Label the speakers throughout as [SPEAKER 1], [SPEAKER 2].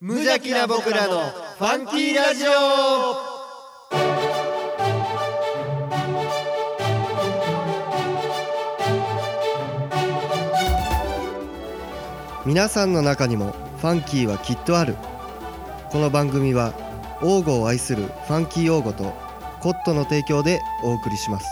[SPEAKER 1] 無邪気な僕らのファンキーラジオ皆さんの中にもファンキーはきっとあるこの番組は王語を愛するファンキー王語とコットの提供でお送りします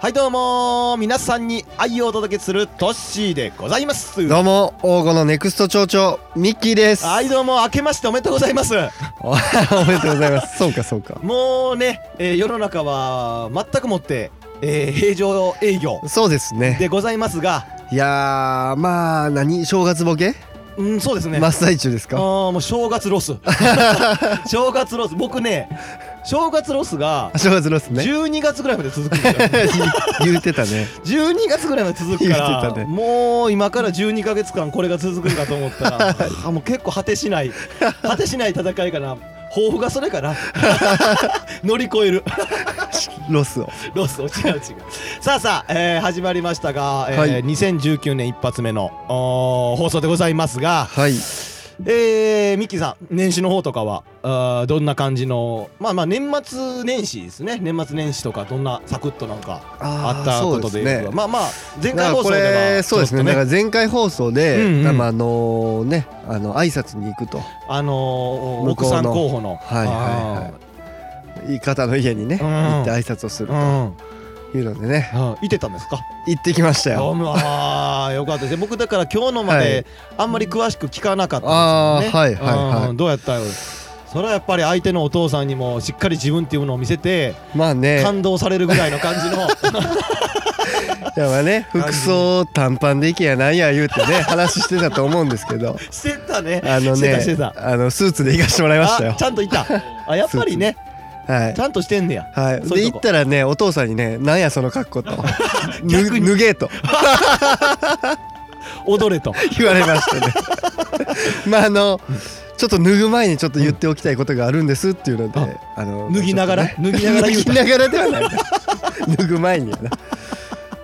[SPEAKER 2] はいどうもー皆さんに愛をお届けするトッシーでございます
[SPEAKER 1] どうも王語のネクスト町長ミッキーです
[SPEAKER 2] はいどうも明けましておめでとうございます
[SPEAKER 1] おおめでとうござ いますそうかそうか
[SPEAKER 2] もうね、えー世の中は全くもって、えー平常営業
[SPEAKER 1] そうですね
[SPEAKER 2] でございますが
[SPEAKER 1] いやーまあ何正月ボケ、
[SPEAKER 2] うんそうですね、
[SPEAKER 1] 真
[SPEAKER 2] あ
[SPEAKER 1] っ最中です
[SPEAKER 2] あ
[SPEAKER 1] か
[SPEAKER 2] ーもう正月 ロス正月ロス僕ね正月ロスが
[SPEAKER 1] 正月ロスね
[SPEAKER 2] 12月ぐらいまで続くんですよ
[SPEAKER 1] 言ってたね
[SPEAKER 2] 12月ぐらいまで続くか
[SPEAKER 1] 言っ
[SPEAKER 2] ら、
[SPEAKER 1] てたね
[SPEAKER 2] もう今から12か月間これが続くんかと思った らあもう結構果てしない果てしない戦いかな抱負がそれ かな乗り越える
[SPEAKER 1] ロスを
[SPEAKER 2] ロスを違う違うさあさあ、えー始まりましたが、えー
[SPEAKER 1] はい
[SPEAKER 2] 2019年一発目のおー放送でございますが、
[SPEAKER 1] はい
[SPEAKER 2] えー、ミッキーさん年始の方とかはあーどんな感じのまあまあ年末年始ですね年末年始とかどんなサクッとなんかあったことで
[SPEAKER 1] ね
[SPEAKER 2] 言うとまあまあ前
[SPEAKER 1] だ
[SPEAKER 2] 回放
[SPEAKER 1] からこ
[SPEAKER 2] 送で
[SPEAKER 1] れ
[SPEAKER 2] は
[SPEAKER 1] そうですね
[SPEAKER 2] ちょ
[SPEAKER 1] だ
[SPEAKER 2] っと
[SPEAKER 1] から前回放送で、
[SPEAKER 2] うんうん
[SPEAKER 1] 多分あのねあの挨拶に行くと
[SPEAKER 2] あのー、
[SPEAKER 1] 向
[SPEAKER 2] 奥
[SPEAKER 1] こうの
[SPEAKER 2] さん候補の
[SPEAKER 1] はいはいはい方の家にね、
[SPEAKER 2] うん
[SPEAKER 1] 行って挨拶をすると
[SPEAKER 2] はい
[SPEAKER 1] いうのでね
[SPEAKER 2] うん、うん、いてたんですか
[SPEAKER 1] 行ってきましたよ
[SPEAKER 2] ああよかったですね僕だから今日のまであんまり詳しく聞かなかったんですよね
[SPEAKER 1] あーはいはいはい
[SPEAKER 2] うんどうやったよそれはやっぱり相手のお父さんにもしっかり自分っていうのを見せて
[SPEAKER 1] まあね
[SPEAKER 2] 感動されるぐらいの感じの
[SPEAKER 1] だからね服装短パンで行けやなんや言うてね話してたと思うんですけど
[SPEAKER 2] してたね
[SPEAKER 1] あの
[SPEAKER 2] してた
[SPEAKER 1] ね
[SPEAKER 2] してた
[SPEAKER 1] あのスーツで行かしてもらいましたよ
[SPEAKER 2] あちゃんといたあやっぱりね
[SPEAKER 1] はい
[SPEAKER 2] ちゃんとしてんねや
[SPEAKER 1] はい、
[SPEAKER 2] そういう
[SPEAKER 1] で行
[SPEAKER 2] とこ
[SPEAKER 1] ったらねお父さんにね「なんやその格好」 と「ぬ
[SPEAKER 2] 逆に
[SPEAKER 1] 脱げ」と
[SPEAKER 2] 踊れと
[SPEAKER 1] 言われま したねまああのちょっと脱ぐ前にちょっと言っておきたいことがあるんですっていうので、あの
[SPEAKER 2] 脱ぎながら
[SPEAKER 1] ちょっと
[SPEAKER 2] 脱ぎながら言う
[SPEAKER 1] 脱ぎながらではないな脱ぐ前にや な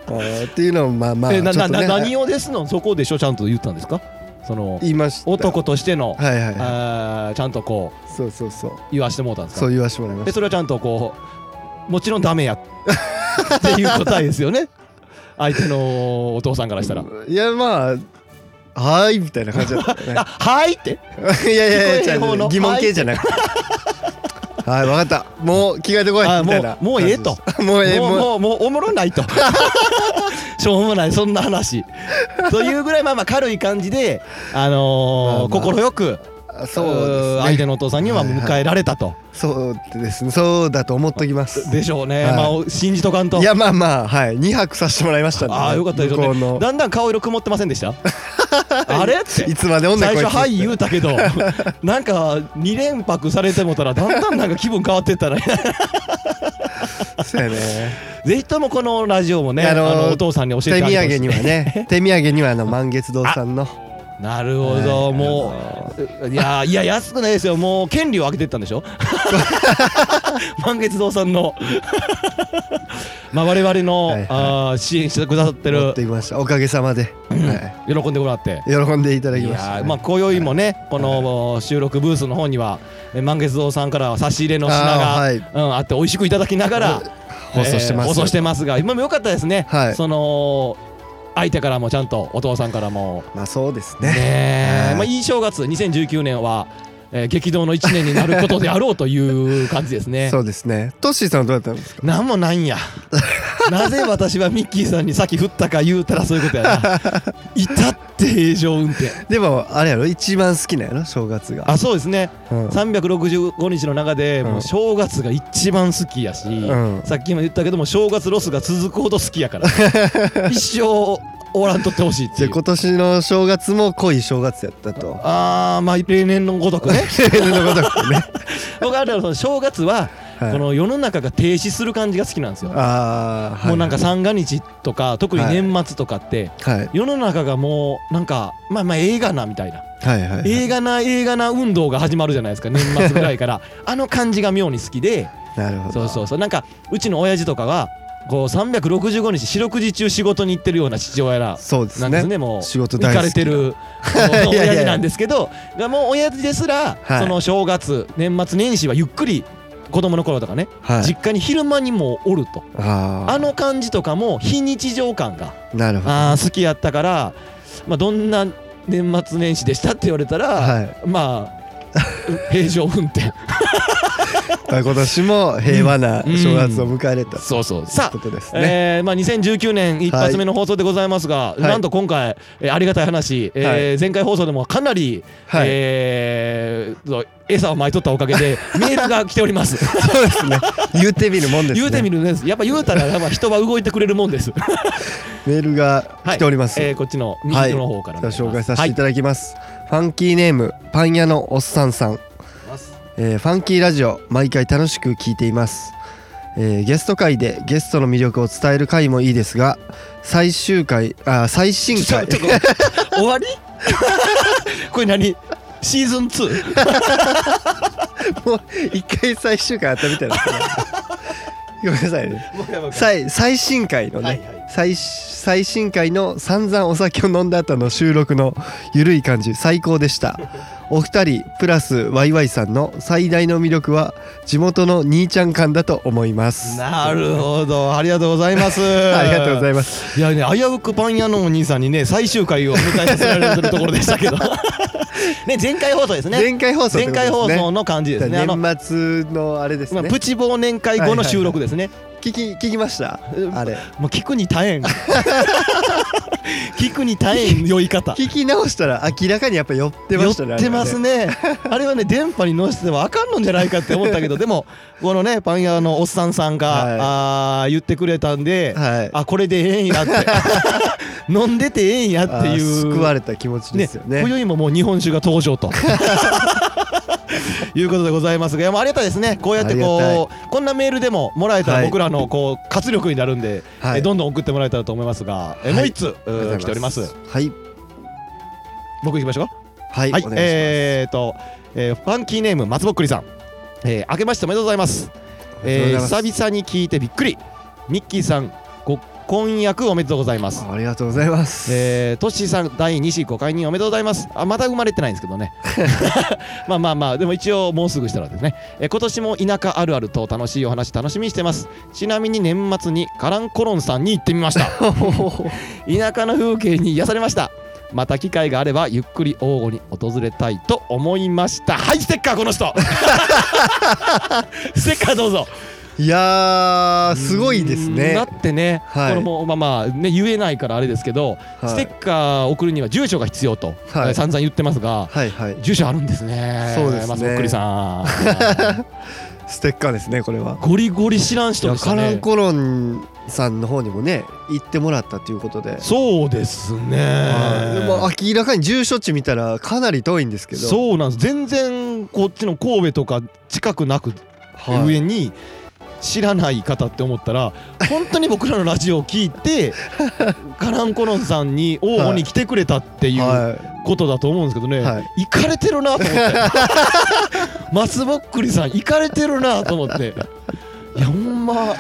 [SPEAKER 1] あーっていうのをまあまあちょ
[SPEAKER 2] え
[SPEAKER 1] っ
[SPEAKER 2] な
[SPEAKER 1] と
[SPEAKER 2] なな
[SPEAKER 1] ね
[SPEAKER 2] 何をですのそこでしょちゃんと言ったんですかその
[SPEAKER 1] 言いました
[SPEAKER 2] 男としての、
[SPEAKER 1] はいはいは
[SPEAKER 2] あーちゃんとこう
[SPEAKER 1] いそうそうそう
[SPEAKER 2] 言わしてもうたんです
[SPEAKER 1] そ
[SPEAKER 2] か
[SPEAKER 1] う言わしてもらいま
[SPEAKER 2] で
[SPEAKER 1] し
[SPEAKER 2] それはちゃんとこうもちろんダメやっていう答えですよね相手のお父さんからしたら、
[SPEAKER 1] たいやまあはーいみたいな感じだ ったね
[SPEAKER 2] あはいって
[SPEAKER 1] いやいやいや
[SPEAKER 2] 聞こえへん方
[SPEAKER 1] 違う違
[SPEAKER 2] の
[SPEAKER 1] う疑問系じゃなくてはいわかったもう着替えてこい
[SPEAKER 2] あ
[SPEAKER 1] みたいな
[SPEAKER 2] もうもうええと
[SPEAKER 1] 感じですもうええ
[SPEAKER 2] もう
[SPEAKER 1] もう
[SPEAKER 2] もうもうおもろない としょうもないそんな話というぐらいまあまあ軽い感じであのー
[SPEAKER 1] まあまあ
[SPEAKER 2] 快く
[SPEAKER 1] あそうです
[SPEAKER 2] 相
[SPEAKER 1] ね
[SPEAKER 2] 手のお父さんには迎えられたと、
[SPEAKER 1] そうですね。そうだと思っときます。
[SPEAKER 2] でしょうね、
[SPEAKER 1] はい
[SPEAKER 2] まあお信じとかんと
[SPEAKER 1] いやまあまあはい2泊させてもらいましたんで、
[SPEAKER 2] ああよかったです
[SPEAKER 1] 向こ
[SPEAKER 2] よ
[SPEAKER 1] う
[SPEAKER 2] ね
[SPEAKER 1] の
[SPEAKER 2] だんだん顔色曇ってませんでした あれって
[SPEAKER 1] いつまでおんねん
[SPEAKER 2] 最初
[SPEAKER 1] こ
[SPEAKER 2] はい
[SPEAKER 1] つ
[SPEAKER 2] い言うたけ どなんか2連泊されてもたらだんだんなんか気分変わってった らぜ
[SPEAKER 1] そうやね。
[SPEAKER 2] ひともこのラジオも ね、
[SPEAKER 1] あ
[SPEAKER 2] あ
[SPEAKER 1] の
[SPEAKER 2] の
[SPEAKER 1] ー
[SPEAKER 2] お父さんに教
[SPEAKER 1] 手
[SPEAKER 2] えてあ
[SPEAKER 1] 土
[SPEAKER 2] げて
[SPEAKER 1] 産に
[SPEAKER 2] ほし
[SPEAKER 1] はね、手土産にはあの満月堂さんの
[SPEAKER 2] いなるほど、
[SPEAKER 1] はい
[SPEAKER 2] もういやいや安くないですよもう権利を上げてったんでし ょ満月堂さんのまあ我々の、
[SPEAKER 1] はいはい
[SPEAKER 2] あー支援してくださって
[SPEAKER 1] 持
[SPEAKER 2] る
[SPEAKER 1] ってきました。おかげさまで、は
[SPEAKER 2] 喜んでもらって
[SPEAKER 1] い、喜んでいただきました、
[SPEAKER 2] いや
[SPEAKER 1] ね。
[SPEAKER 2] ーまあ今宵もね、この収録ブースの方にはえ満月堂さんからは差し入れの品が
[SPEAKER 1] あーはい
[SPEAKER 2] うん、あって美味しくいただきながら、
[SPEAKER 1] 放送してます、
[SPEAKER 2] えー放送してますが今も良かったですね、
[SPEAKER 1] はい
[SPEAKER 2] その相手からもちゃんとお父さんからも
[SPEAKER 1] まあそうです
[SPEAKER 2] ね
[SPEAKER 1] ね。
[SPEAKER 2] え
[SPEAKER 1] はい
[SPEAKER 2] まあ、いい正月2019年は、えー激動の1年になることであろうという感じですね
[SPEAKER 1] そうですね。トッシーさんはどうだったんですか。
[SPEAKER 2] なんもないん やなぜ私はミッキーさんに先振ったか言うたらそういうことやな至って平常運転
[SPEAKER 1] でもあれやろ一番好きなんやろ正月が。
[SPEAKER 2] あそうですね
[SPEAKER 1] うん
[SPEAKER 2] 365日の中で
[SPEAKER 1] うん
[SPEAKER 2] もう正月が一番好きやし、
[SPEAKER 1] ん
[SPEAKER 2] さっきも言ったけども正月ロスが続くほど好きや から一生終わらんとってほしいって
[SPEAKER 1] じ
[SPEAKER 2] い
[SPEAKER 1] ゃあ
[SPEAKER 2] う
[SPEAKER 1] 今年の正月も濃い正月やった と。
[SPEAKER 2] あーまあ例年のごとくね
[SPEAKER 1] 例年のごとくね。
[SPEAKER 2] 僕はだからその正月は、
[SPEAKER 1] はい
[SPEAKER 2] この世の中が停止する感じが好きなんですよ。
[SPEAKER 1] ああ、はい、
[SPEAKER 2] もうなんか三が日とか特に年末とかって、
[SPEAKER 1] はい
[SPEAKER 2] 世の中がもうなんかまあまあ映画なみたいな
[SPEAKER 1] はいはいはい
[SPEAKER 2] 映画な映画な運動が始まるじゃないですか年末ぐらいから あの感じが妙に好きで
[SPEAKER 1] なるほ
[SPEAKER 2] そ
[SPEAKER 1] ど
[SPEAKER 2] うそうそうなんかうちの親父とかはこう365日四六時中仕事に行ってるような父親ら
[SPEAKER 1] そうです
[SPEAKER 2] なん
[SPEAKER 1] ね
[SPEAKER 2] ですねもう
[SPEAKER 1] 仕事
[SPEAKER 2] 行
[SPEAKER 1] 大
[SPEAKER 2] か
[SPEAKER 1] 好き
[SPEAKER 2] れてる
[SPEAKER 1] いやいや
[SPEAKER 2] 親父なんですけどがもう親父ですら
[SPEAKER 1] はい
[SPEAKER 2] その正月年末年始はゆっくり子供の頃とかね
[SPEAKER 1] はい
[SPEAKER 2] 実家に昼間にもおると
[SPEAKER 1] あ
[SPEAKER 2] あの感じとかも非日常感が
[SPEAKER 1] あなるほど
[SPEAKER 2] あー好きやったから、まあ、どんな年末年始でしたって言われたら、
[SPEAKER 1] はい
[SPEAKER 2] まあ平常運 転
[SPEAKER 1] まあ今年も平和な正月を迎えれたと
[SPEAKER 2] そうそう
[SPEAKER 1] いう
[SPEAKER 2] さ
[SPEAKER 1] こ
[SPEAKER 2] あ
[SPEAKER 1] とですね
[SPEAKER 2] えーまあ、2019年一発目の放送でございますが、
[SPEAKER 1] い
[SPEAKER 2] なんと今回、えーありがたい話、えー前回放送でもかなり、
[SPEAKER 1] はい
[SPEAKER 2] えーそう餌をまいとったおかげ でメールが来ております
[SPEAKER 1] そうですね言うてみるもんですね
[SPEAKER 2] 言うてみるんですやっぱ言うたらやっぱ人は動いてくれるもんです
[SPEAKER 1] メールが来ております
[SPEAKER 2] えーこっちの右
[SPEAKER 1] はい
[SPEAKER 2] の方からお
[SPEAKER 1] じゃ
[SPEAKER 2] 願
[SPEAKER 1] あ
[SPEAKER 2] いします
[SPEAKER 1] 紹介させていただきます、ファンキーネームパン屋のおっさんさん、えーファンキーラジオ毎回楽しく聞いています、えーゲスト会でゲストの魅力を伝える回もいいですが最終回あ最新
[SPEAKER 2] ちょ
[SPEAKER 1] 回
[SPEAKER 2] っとこれ終わり これ何シーズン 2?
[SPEAKER 1] もう 一回最終回あった みたいなごめんなさいね
[SPEAKER 2] もうやばい
[SPEAKER 1] 最最新回のね、
[SPEAKER 2] はいはい
[SPEAKER 1] 最最新回の散々お酒を飲んだ後の収録のゆるい感じ最高 でしたお二人プラスワイワイさんの最大の魅力は地元の兄ちゃん感だと思いますあ
[SPEAKER 2] なるほどありがとうござい ます
[SPEAKER 1] りがとうござい
[SPEAKER 2] ま
[SPEAKER 1] ます
[SPEAKER 2] すいやね危うくパン屋のお兄さんにね最終回を迎えさせられてるところでしたけ どね前回放送ですね
[SPEAKER 1] 前回放送って
[SPEAKER 2] 前
[SPEAKER 1] こ
[SPEAKER 2] 回
[SPEAKER 1] とですね
[SPEAKER 2] 放送の感じですねあの
[SPEAKER 1] 年末のあれです
[SPEAKER 2] ま
[SPEAKER 1] ね、
[SPEAKER 2] あプチ忘年会後の収録ですね、
[SPEAKER 1] 聞き聞きましたあれ
[SPEAKER 2] もう聞くに耐 えん聞くに耐えん酔い方
[SPEAKER 1] 聞き直したら明らかにやっぱ寄ってま
[SPEAKER 2] 寄
[SPEAKER 1] し
[SPEAKER 2] った
[SPEAKER 1] ね
[SPEAKER 2] てますね あれはね電波に乗せてもあかんのじゃないかって思ったけどでもこのねパン屋のおっさんさんが、
[SPEAKER 1] はい
[SPEAKER 2] あー言ってくれたんで、
[SPEAKER 1] あれはい
[SPEAKER 2] あこれでええんや って飲んでてええんやってい
[SPEAKER 1] あー
[SPEAKER 2] う
[SPEAKER 1] 救われた気持ちですよね
[SPEAKER 2] 今宵ももう日本酒が登 場ということでございますがいやもうありがたいですねこうやって
[SPEAKER 1] あり
[SPEAKER 2] こうこんなメールでももらえた
[SPEAKER 1] は
[SPEAKER 2] ら
[SPEAKER 1] い
[SPEAKER 2] 僕らのこう活力になるんで、
[SPEAKER 1] はい
[SPEAKER 2] えどんどん送ってもらえたらと思いますが、え
[SPEAKER 1] はい
[SPEAKER 2] もう一通、う
[SPEAKER 1] ありがとうござい
[SPEAKER 2] ー来ております
[SPEAKER 1] はい
[SPEAKER 2] 僕行きましょうか
[SPEAKER 1] はい、
[SPEAKER 2] はい
[SPEAKER 1] お願いします、
[SPEAKER 2] えーと、えーファンキーネーム松ぼっくりさん、えー、明けましておめでとうございます
[SPEAKER 1] おめでとう
[SPEAKER 2] え
[SPEAKER 1] ございます
[SPEAKER 2] ー久々に聞いてびっくりミッキーさんご婚約おめでとうございます
[SPEAKER 1] ありがとうございます。
[SPEAKER 2] えー、トッシーさん第2子5回におめでとうございますあまだ生まれてないんですけどね まあまあまあでも一応もうすぐしたらですね、えー今年も田舎あるあると楽しいお話楽しみにしてますちなみに年末にカランコロンさんに行ってみました田舎の風景に癒されましたまた機会があればゆっくり王吾に訪れたいと思いましたはいステッカーこの人ステッカーどうぞ
[SPEAKER 1] いやーすごいですね。
[SPEAKER 2] だってね、
[SPEAKER 1] はい
[SPEAKER 2] これもまあまあね言えないからあれですけど、
[SPEAKER 1] はい
[SPEAKER 2] ステッカー送るには住所が必要と、
[SPEAKER 1] はい
[SPEAKER 2] えー散々言ってますが、
[SPEAKER 1] はいはい。
[SPEAKER 2] 住所あるんですね。
[SPEAKER 1] そうですね
[SPEAKER 2] まあそっくりさ ん。
[SPEAKER 1] ステッカーですねこれは。
[SPEAKER 2] ゴリゴリ知らん
[SPEAKER 1] い
[SPEAKER 2] 人
[SPEAKER 1] や
[SPEAKER 2] でした
[SPEAKER 1] カラ
[SPEAKER 2] ね
[SPEAKER 1] ン。コロンさんの方にもね行ってもらったということで。
[SPEAKER 2] そうです
[SPEAKER 1] はい
[SPEAKER 2] ね
[SPEAKER 1] で。も明らかに住所地見たらかなり遠いんですけど。
[SPEAKER 2] そうなんです。全然こっちの神戸とか近くなく、
[SPEAKER 1] はい
[SPEAKER 2] 上に。知らない方って思ったら本当に僕らのラジオを聞いて カランコロンさんに王に来てくれたっていう
[SPEAKER 1] は
[SPEAKER 2] ことだと思うんですけどね、
[SPEAKER 1] は
[SPEAKER 2] 行かれてるなと思って松ぼっくりさん行かれてるなと思っていやほんま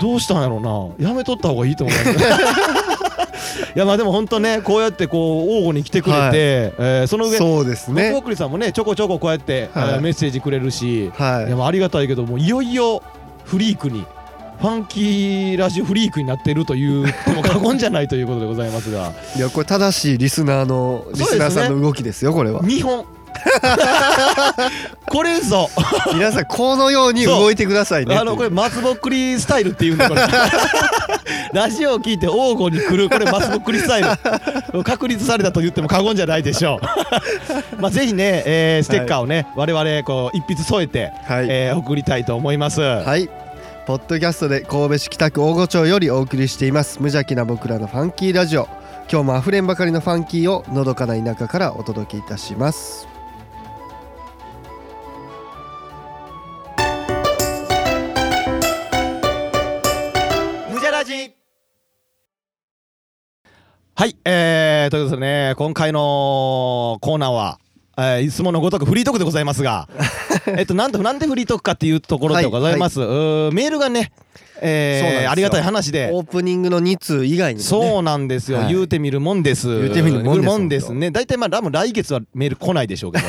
[SPEAKER 2] どうしたんやろうなやめとった方がいいと思います いやまあでも本当ねこうやってこう王吾に来てくれて、
[SPEAKER 1] はい
[SPEAKER 2] えーその
[SPEAKER 1] い。
[SPEAKER 2] 上
[SPEAKER 1] そうです
[SPEAKER 2] 松ぼ
[SPEAKER 1] ね
[SPEAKER 2] っ。くりさんもねちょこちょここうやって、
[SPEAKER 1] はい
[SPEAKER 2] えーメッセージくれるし、い、
[SPEAKER 1] はい
[SPEAKER 2] や
[SPEAKER 1] い。
[SPEAKER 2] まあありがたいけどもいよいよフリークにファンキーラジオフリークになってるというでも過言じゃないということでございますが。
[SPEAKER 1] いやこれ正しいリスナーのリスナーさんの動きですよこれは。
[SPEAKER 2] 見本 これぞ
[SPEAKER 1] 皆さんこのように動いてくださいね。
[SPEAKER 2] あのこれ松ぼっくりスタイルっていうんだ これラジオを聞いて王吾に来るこれ松ぼっくりスタイ ル確立されたと言っても過言じゃないでしょう まあぜひね、えーステッカーをね、我々こう一筆添えて、
[SPEAKER 1] はい
[SPEAKER 2] えー送りたいと思います、
[SPEAKER 1] はい。ポッドキャストで神戸市北区大御町よりお送りしています無邪気な僕らのファンキーラジオ今日もあふれんばかりのファンキーをのどかな田舎からお届けいたします
[SPEAKER 2] はい、えー、ということでね、今回のコーナーは、えー、いつものごとくフリートークでございます が、えっと、なんと、なんでフリートークかっていうところでございます。うーメールがね、
[SPEAKER 1] そうなんで
[SPEAKER 2] え
[SPEAKER 1] す
[SPEAKER 2] ー、
[SPEAKER 1] よ
[SPEAKER 2] ありがたい話で、
[SPEAKER 1] オープニングの2通以外にもね
[SPEAKER 2] そうなんですよ、
[SPEAKER 1] はい
[SPEAKER 2] 言うてみるもんです。
[SPEAKER 1] 言うてみるもんです
[SPEAKER 2] 言うですね。大体まあ、多分来月はメール来ないでしょう けど、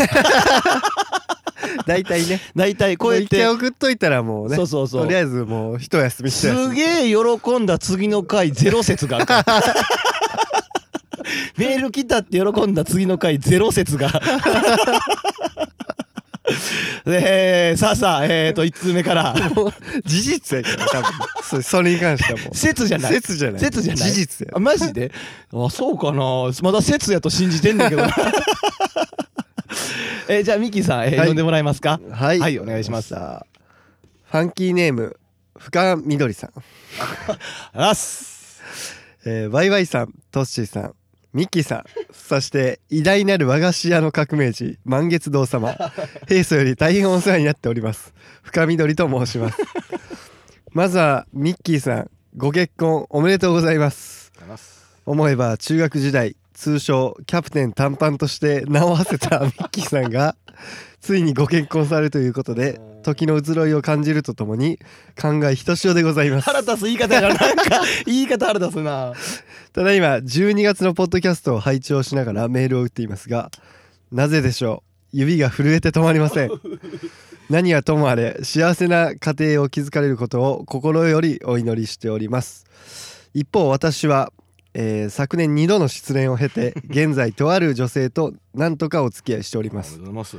[SPEAKER 1] 大体ね
[SPEAKER 2] 大体こうやっ
[SPEAKER 1] 一回
[SPEAKER 2] て、
[SPEAKER 1] 送っといたらもうね
[SPEAKER 2] そうそうそう
[SPEAKER 1] とりあえずもう一休み一休み
[SPEAKER 2] すげえ喜んだ次の回ゼロ説があ るからメール来たって喜んだ次の回ゼロ説が えー、さあさあ、えー、と1通目から
[SPEAKER 1] もう事実やから多分そ それに関してはもう
[SPEAKER 2] 説じゃない
[SPEAKER 1] 説じゃない
[SPEAKER 2] 説じゃない
[SPEAKER 1] 事実や
[SPEAKER 2] あマジであそうかなまだ説やと信じてんだけどな えーじゃあミキさん、えー
[SPEAKER 1] はい
[SPEAKER 2] 呼んでもらえますか
[SPEAKER 1] はい、
[SPEAKER 2] はいお願いします
[SPEAKER 1] ファンキーネーム深みどりさん、
[SPEAKER 2] ラス
[SPEAKER 1] えー、ワイワイさんトッシーさんミッキーさんそして偉大なる和菓子屋の革命児満月堂様平素より大変お世話になっております深みどりと申しますまずはミッキーさんご結婚おめでとうございます思えば中学時代通称キャプテン短パンとして名を馳せたミッキーさんがついにご結婚されるということで時の移ろいを感じるとともに感慨ひとしおでございます
[SPEAKER 2] 腹立つ言い方やななんか 言い方腹立つな
[SPEAKER 1] ただいま12月のポッドキャストを拝聴しながらメールを打っていますがなぜでしょう指が震えて止まりません何はともあれ幸せな家庭を築かれることを心よりお祈りしております一方私は、えー昨年2度の失恋を経て現在とある女性と何とかお付き合いしております
[SPEAKER 2] うございます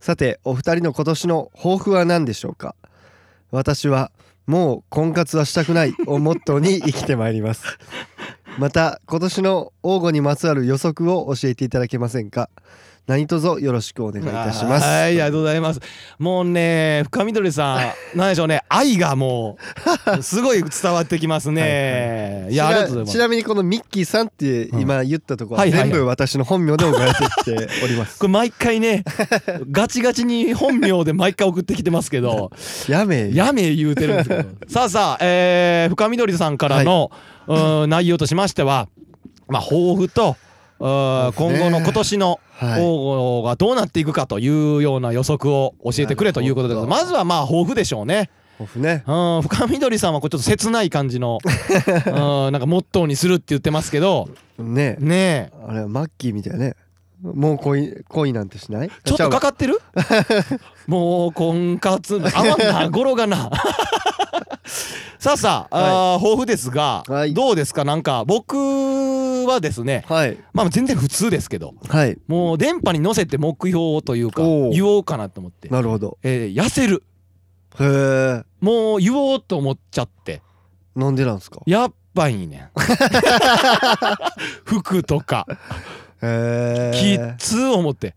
[SPEAKER 1] さてお二人の今年の抱負は何でしょうか私はもう婚活はしたくないをモットーに生きてまいります また今年の王吾にまつわる予測を教えていただけませんか何卒よろしくお願いいたします
[SPEAKER 2] はい、ありがとうございます。もうね、深緑さ ん、なんでしょうね、愛がもう、すごい伝わってきますね。い
[SPEAKER 1] ち
[SPEAKER 2] や、
[SPEAKER 1] な
[SPEAKER 2] ありがとうござ
[SPEAKER 1] ち
[SPEAKER 2] います。
[SPEAKER 1] なみにこのミッキーさんって今言ったところは
[SPEAKER 2] はいはいはい
[SPEAKER 1] 全部私の本名で送られてきております
[SPEAKER 2] これ毎回ね、ガチガチに本名で毎回送ってきてますけ ど、
[SPEAKER 1] やめい
[SPEAKER 2] やめ言うてるんですけど。さあさあ、えー、深緑さんからの、うん内容としましては、まあ、抱負と、うん
[SPEAKER 1] そうで
[SPEAKER 2] 今
[SPEAKER 1] すね
[SPEAKER 2] 後の今年の
[SPEAKER 1] はい
[SPEAKER 2] 王吾がどうなっていくかというような予測を教えてくれということでございますまずはまあ抱負でしょうね。
[SPEAKER 1] オフね
[SPEAKER 2] うん、深緑さんはこうちょっと切ない感じ の、うん、なんかモットーにするって言ってますけど、
[SPEAKER 1] ねえ
[SPEAKER 2] ねえ。
[SPEAKER 1] あれマッキーみたいなねもう恋恋なんてしない
[SPEAKER 2] ちょっとか
[SPEAKER 1] か
[SPEAKER 2] かって るもう婚活あまんな語呂がな さあさあ,、あー抱負ですが、
[SPEAKER 1] はい
[SPEAKER 2] どうですかなんか僕はですね
[SPEAKER 1] はい
[SPEAKER 2] まあ全然普通ですけど
[SPEAKER 1] はい
[SPEAKER 2] もう電波に乗せて目標をというか
[SPEAKER 1] おう
[SPEAKER 2] 言おうかなと思って、
[SPEAKER 1] なるほど
[SPEAKER 2] えー痩せる
[SPEAKER 1] へえ
[SPEAKER 2] もう言おうと思っちゃって
[SPEAKER 1] なんでなんですか
[SPEAKER 2] やっぱいい ねん服とか
[SPEAKER 1] へ
[SPEAKER 2] きっつー思 って。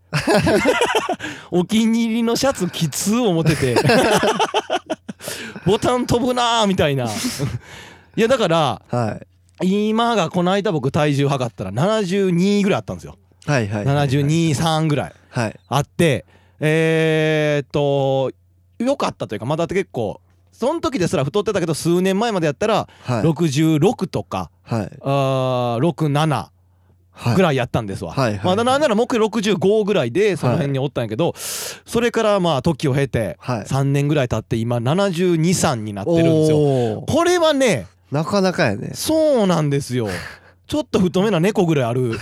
[SPEAKER 2] お気に入りのシャツきっつー思ってて。ボタン飛ぶなーみたいな。いやだから
[SPEAKER 1] はい
[SPEAKER 2] 今がこの間僕体重測ったら72ぐらいあったんですよ。
[SPEAKER 1] はいはいはい
[SPEAKER 2] 72、3ぐらい
[SPEAKER 1] はい
[SPEAKER 2] あって。えー、っと、良かったというかまだ結構。その時ですら太ってたけど数年前までやったら
[SPEAKER 1] はい
[SPEAKER 2] 66とか、
[SPEAKER 1] はい
[SPEAKER 2] あー67
[SPEAKER 1] はい
[SPEAKER 2] ぐらいやったんですわ、
[SPEAKER 1] はいはい
[SPEAKER 2] まあ、なんなら目標65ぐらいでその辺におったんやけど、それからまあ時を経て
[SPEAKER 1] はい
[SPEAKER 2] 3年ぐらい経って今723になってるんですよ
[SPEAKER 1] おお
[SPEAKER 2] これはね
[SPEAKER 1] なかなかやね
[SPEAKER 2] そうなんです よちょっと太めな猫ぐらいある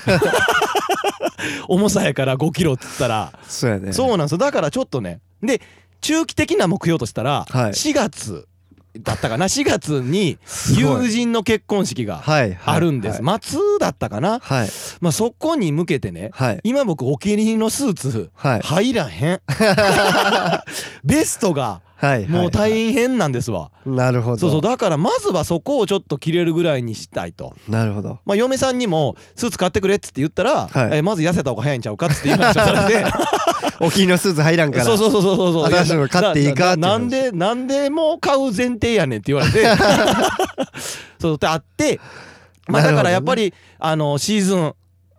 [SPEAKER 2] 重さやから5キロっつったら、
[SPEAKER 1] そうやね
[SPEAKER 2] そうなんですよだからちょっとねで中期的な目標としたら
[SPEAKER 1] はい
[SPEAKER 2] 4月だったかな4月に
[SPEAKER 1] すごい
[SPEAKER 2] 友人の結婚式が
[SPEAKER 1] はいはい
[SPEAKER 2] あるんです、松だったかな、
[SPEAKER 1] はい
[SPEAKER 2] まあ、そこに向けてね
[SPEAKER 1] はい
[SPEAKER 2] 今僕お気に入りのスーツ
[SPEAKER 1] はい
[SPEAKER 2] 入らへ んベストが
[SPEAKER 1] はいはい
[SPEAKER 2] もう大変なんですわ
[SPEAKER 1] なるほど
[SPEAKER 2] そうそうだからまずはそこをちょっと着れるぐらいにしたいと
[SPEAKER 1] なるほど
[SPEAKER 2] まあ嫁さんにもスーツ買ってくれっつって言ったら
[SPEAKER 1] はい
[SPEAKER 2] えまず痩せた方が早いんちゃうかっつって言いま したそれで
[SPEAKER 1] お気に入りのスーツ入らんから
[SPEAKER 2] そうそうそうそうそうそう
[SPEAKER 1] 新しいの買っていいかって
[SPEAKER 2] なななんでなんでもう買う前提やねんって言われ てそうってあってまあ
[SPEAKER 1] な
[SPEAKER 2] だ
[SPEAKER 1] るほどね
[SPEAKER 2] からやっぱり、あのシーズン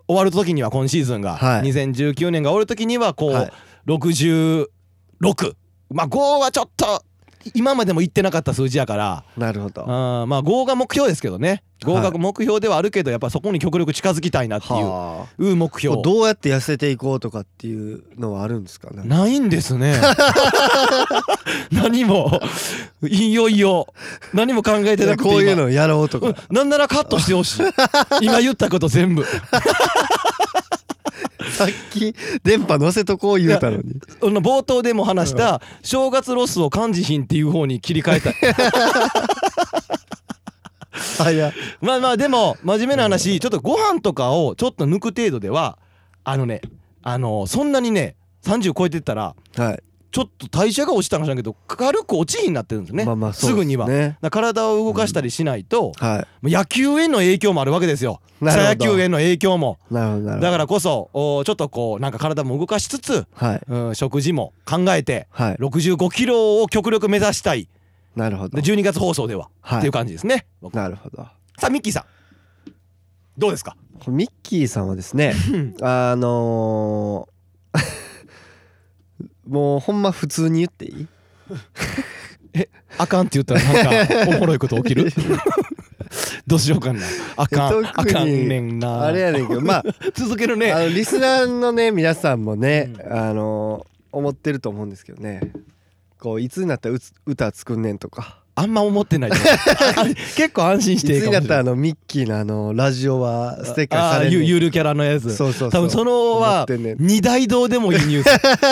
[SPEAKER 2] 終わる時には今シーズンが、
[SPEAKER 1] はい
[SPEAKER 2] 2019年が終わる時にはこう、
[SPEAKER 1] はい
[SPEAKER 2] 66まあ5はちょっと今までも言ってなかった数字やから
[SPEAKER 1] なるほど
[SPEAKER 2] あまあ合が目標ですけどね合格目標ではあるけどやっぱそこに極力近づきたいなっていう
[SPEAKER 1] はあ
[SPEAKER 2] いう目標
[SPEAKER 1] こうどうやって痩せていこうとかっていうのはあるんですかね
[SPEAKER 2] ないんです ね何もいよいよ何も考えて
[SPEAKER 1] い
[SPEAKER 2] な
[SPEAKER 1] や
[SPEAKER 2] くて今
[SPEAKER 1] こういうのやろうとか
[SPEAKER 2] うんなんならカットしてほしい今言ったこと全部
[SPEAKER 1] さっき電波乗せとこう言うたのに
[SPEAKER 2] あの冒頭でも話した正月ロスを漢字品っていう方に切り 替えたい
[SPEAKER 1] あいや
[SPEAKER 2] まあまあでも真面目な話ちょっとご飯とかをちょっと抜く程度ではあのねあのそんなにね30超えてったら
[SPEAKER 1] はい
[SPEAKER 2] ちょっと代謝が落ちたんかしらんけど軽く落ちになってるんですよね、
[SPEAKER 1] まあまあそうです
[SPEAKER 2] ぐにはだか
[SPEAKER 1] ね
[SPEAKER 2] ら体を動かしたりしないと、
[SPEAKER 1] は
[SPEAKER 2] 野球への影響もあるわけですよ
[SPEAKER 1] な
[SPEAKER 2] 草
[SPEAKER 1] るほど
[SPEAKER 2] 野球への影響も
[SPEAKER 1] いなるほどなるほど
[SPEAKER 2] だからこそおちょっとこうなんか体も動かしつつ、
[SPEAKER 1] はい
[SPEAKER 2] うん、食事も考えて
[SPEAKER 1] はい
[SPEAKER 2] 65キロを極力目指したい
[SPEAKER 1] なるほど
[SPEAKER 2] で12月放送では、
[SPEAKER 1] はい
[SPEAKER 2] っていう感じですね僕
[SPEAKER 1] なるほど
[SPEAKER 2] さあミッキーさんどう ですか
[SPEAKER 1] これミッキーさんはですねあのー もうほんま普通に言っていい
[SPEAKER 2] あかんって言ったらなんかおもろいこと起きる どうしようかなあかんあ
[SPEAKER 1] 特に
[SPEAKER 2] かんねんな
[SPEAKER 1] あれやねんけどまあ
[SPEAKER 2] 続け るね
[SPEAKER 1] あのリスナーのね皆さんもね
[SPEAKER 2] う
[SPEAKER 1] あのー思ってると思うんですけどねこういつになったらうつ歌作んねんとか
[SPEAKER 2] あんま思って ないと思うあ結構安心
[SPEAKER 1] い
[SPEAKER 2] し
[SPEAKER 1] つ
[SPEAKER 2] ていいかも
[SPEAKER 1] に
[SPEAKER 2] し
[SPEAKER 1] な
[SPEAKER 2] れ
[SPEAKER 1] った
[SPEAKER 2] ない
[SPEAKER 1] らあのミッキーのあのラジオはステッカー
[SPEAKER 2] あ
[SPEAKER 1] さ
[SPEAKER 2] あ
[SPEAKER 1] れ
[SPEAKER 2] ゆ
[SPEAKER 1] る
[SPEAKER 2] ゆるキャラのやつ
[SPEAKER 1] そうそうそう
[SPEAKER 2] 多分その
[SPEAKER 1] 思
[SPEAKER 2] は
[SPEAKER 1] ってんねん
[SPEAKER 2] 二大どうでもいいニュー ス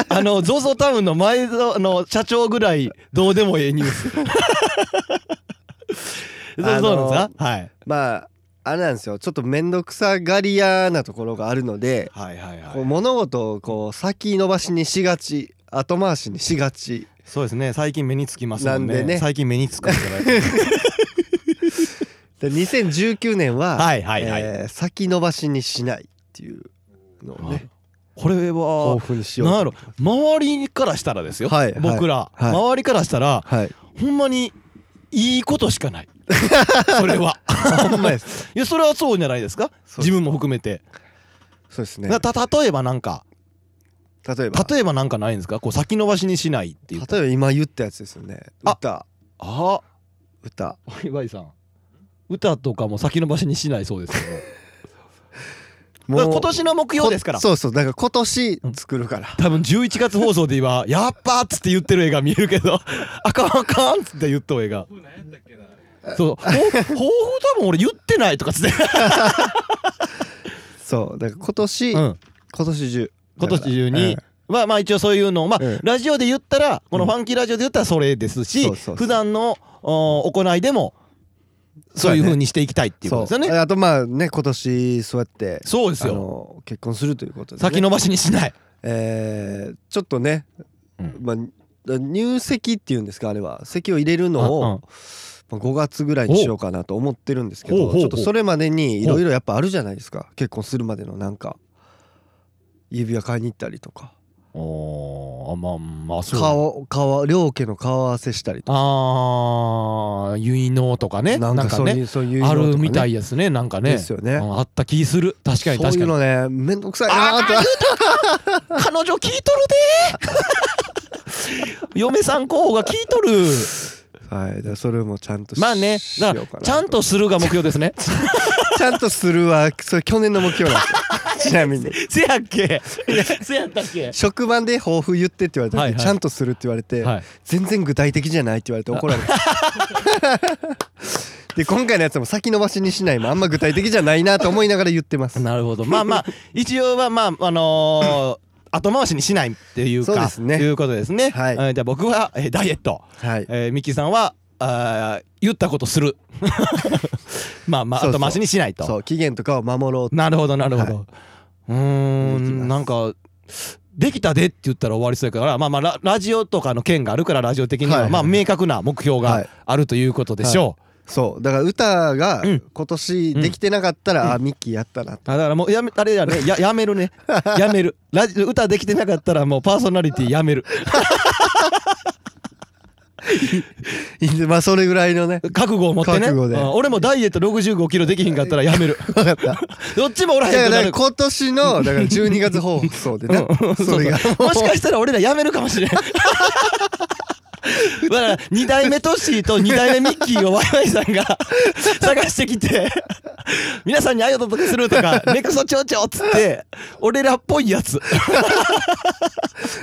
[SPEAKER 2] あの ZOZO タウンの前のあの社長ぐらいどうでもいいニュー スそうそうなんですか、はい、
[SPEAKER 1] まああれなんですよちょっと面倒くさがり屋なところがあるので
[SPEAKER 2] はいはいはい
[SPEAKER 1] こう物事をこう先延ばしにしがち後回しにしがち
[SPEAKER 2] そうですね最近目につきますもんね
[SPEAKER 1] なんでね
[SPEAKER 2] 最近目につくんじゃない
[SPEAKER 1] で2019年 は、
[SPEAKER 2] はいはいはい、
[SPEAKER 1] えー先延ばしにしないっていうのをね
[SPEAKER 2] これは
[SPEAKER 1] 豊富にしよう
[SPEAKER 2] なんや
[SPEAKER 1] と
[SPEAKER 2] ろ周りからしたらですよ、
[SPEAKER 1] はいはい
[SPEAKER 2] 僕ら、
[SPEAKER 1] はい
[SPEAKER 2] 周りからしたら
[SPEAKER 1] はい
[SPEAKER 2] ほんまにいいことしか ないそれは
[SPEAKER 1] ほんまです
[SPEAKER 2] いやそれはそうじゃないですか
[SPEAKER 1] そう
[SPEAKER 2] 自分も含めて、
[SPEAKER 1] そうですね
[SPEAKER 2] なた例えばなんか
[SPEAKER 1] 例えば
[SPEAKER 2] 例えばなんかないんですかこう先延ばしにしないっていう
[SPEAKER 1] 例えば今言ったやつですよね
[SPEAKER 2] あ
[SPEAKER 1] 歌
[SPEAKER 2] あ
[SPEAKER 1] 歌
[SPEAKER 2] お岩井さん歌とかも先延ばしにしないそうですけどだから今年の目標ですから
[SPEAKER 1] こそうそうだから今年作るから、
[SPEAKER 2] 多分11月放送で今 「やっぱ!」っつって言ってる映画見えるけど 「あかんあかん!」っつって言った映画そう抱負抱負多分俺言ってないとかっつって、
[SPEAKER 1] そうだから今年、
[SPEAKER 2] うん、
[SPEAKER 1] 今年中
[SPEAKER 2] 今年中
[SPEAKER 1] だから
[SPEAKER 2] に、まあまあ一応そういうのをまあ、
[SPEAKER 1] うん
[SPEAKER 2] ラジオで言ったらこの
[SPEAKER 1] う
[SPEAKER 2] フ
[SPEAKER 1] ん
[SPEAKER 2] ァンキーラジオで言ったらそれですし、
[SPEAKER 1] そうそうそう
[SPEAKER 2] 普段のお行いでもそういう風にしていきたいっていうことですよね。
[SPEAKER 1] そうあとまあね今年そうやって
[SPEAKER 2] そうです
[SPEAKER 1] あ
[SPEAKER 2] よ。
[SPEAKER 1] の結婚するということで、ね、
[SPEAKER 2] 先延ばしにしない。
[SPEAKER 1] えーちょっとね、
[SPEAKER 2] うん
[SPEAKER 1] まあだ入籍っていうんですかあれは籍を入れるのを、
[SPEAKER 2] うんうん
[SPEAKER 1] まあ、5月ぐらいにしようかなと思ってるんですけど
[SPEAKER 2] ほうほうほう
[SPEAKER 1] ちょっとそれまでにいろいろやっぱあるじゃないですか結婚するまでのなんか指輪買いに行ったりとか
[SPEAKER 2] おーあまあまあそう。
[SPEAKER 1] 顔顔両家の顔合わせしたりと
[SPEAKER 2] ああ結納とか
[SPEAKER 1] か
[SPEAKER 2] ね
[SPEAKER 1] な
[SPEAKER 2] なんんか
[SPEAKER 1] かそういう、
[SPEAKER 2] ね
[SPEAKER 1] そういうの
[SPEAKER 2] あ
[SPEAKER 1] とかね
[SPEAKER 2] るみたいですねなんかね
[SPEAKER 1] ですよね
[SPEAKER 2] うんあった気する確かに
[SPEAKER 1] そう
[SPEAKER 2] 確
[SPEAKER 1] い
[SPEAKER 2] かに
[SPEAKER 1] うのねめんどくさいなーって
[SPEAKER 2] 彼女聞いと るで嫁さん候補が聞いとる
[SPEAKER 1] はいだからそれもちゃんとし
[SPEAKER 2] まあね
[SPEAKER 1] しよ
[SPEAKER 2] だ
[SPEAKER 1] う
[SPEAKER 2] か
[SPEAKER 1] からな
[SPEAKER 2] ちゃんとするが目標です ね
[SPEAKER 1] ちゃんとするは それ去年の目標なんですよちなみに
[SPEAKER 2] せやっけせやったっけ
[SPEAKER 1] 職場で抱負言ってって言われて、
[SPEAKER 2] はいはい
[SPEAKER 1] ちゃんとするって言われて、
[SPEAKER 2] はい
[SPEAKER 1] 全然具体的じゃないって言われて怒られ たで今回のやつも先延ばしにしないもあんま具体的じゃないなと思いながら言ってます
[SPEAKER 2] なるほどまあまあ一応はまああのー後回しにしないっていうか
[SPEAKER 1] そうですね
[SPEAKER 2] いうことですね、
[SPEAKER 1] はい
[SPEAKER 2] えーじゃあ僕は、えーダイエット、
[SPEAKER 1] はい
[SPEAKER 2] えーミキさんはあー言ったことする まあまあ
[SPEAKER 1] そうそ
[SPEAKER 2] 後
[SPEAKER 1] う
[SPEAKER 2] 回しにしないと
[SPEAKER 1] そう期限とかを守ろう
[SPEAKER 2] なるほどなるほど、
[SPEAKER 1] は
[SPEAKER 2] うー
[SPEAKER 1] できます
[SPEAKER 2] んなんかできたでって言ったら終わりそうやからまあまあララジオとかの件があるからラジオ的には、
[SPEAKER 1] はいはい
[SPEAKER 2] まあ明確な目標
[SPEAKER 1] は
[SPEAKER 2] が
[SPEAKER 1] い
[SPEAKER 2] あるということでしょう、
[SPEAKER 1] そうだから歌が
[SPEAKER 2] うん
[SPEAKER 1] 今年できてなかったら、あミッキーやったな
[SPEAKER 2] あだからもうやめあれやねややめるねやめるラジ歌できてなかったらもうパーソナリティやめる
[SPEAKER 1] まあそれぐらいのね
[SPEAKER 2] 覚悟を持ってね
[SPEAKER 1] 覚悟で
[SPEAKER 2] うん俺もダイエット6 5キロできひんかったらや める
[SPEAKER 1] 分かった
[SPEAKER 2] どっちもおらへ
[SPEAKER 1] だ
[SPEAKER 2] ん
[SPEAKER 1] か
[SPEAKER 2] くな
[SPEAKER 1] ら
[SPEAKER 2] る
[SPEAKER 1] 今年 のだから12月放送でね
[SPEAKER 2] うん
[SPEAKER 1] それが
[SPEAKER 2] そうそうもしかしたら俺らやめるかもしれんだから2代目トッシーと2代目ミッキーをワイワイさんが 探してきて 皆さんにあいととかすると かネクソちょうちょっつって俺らっぽいやつ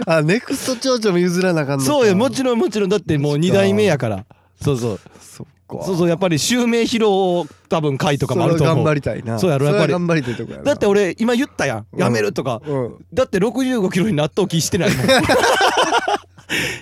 [SPEAKER 1] あネクスト町長も譲らなあかんのか
[SPEAKER 2] そうよもちろんもちろんだってもう2代目やからそうそう
[SPEAKER 1] そっか
[SPEAKER 2] そうそうやっぱり襲名披露多分会とかもあると
[SPEAKER 1] それは
[SPEAKER 2] 思
[SPEAKER 1] 頑張
[SPEAKER 2] う
[SPEAKER 1] りたいな
[SPEAKER 2] そうやろやっぱり
[SPEAKER 1] それは頑張りたいとこやな
[SPEAKER 2] だって俺今言ったやん
[SPEAKER 1] うん
[SPEAKER 2] やめるとか
[SPEAKER 1] うん
[SPEAKER 2] だって65キロに納豆気してないもん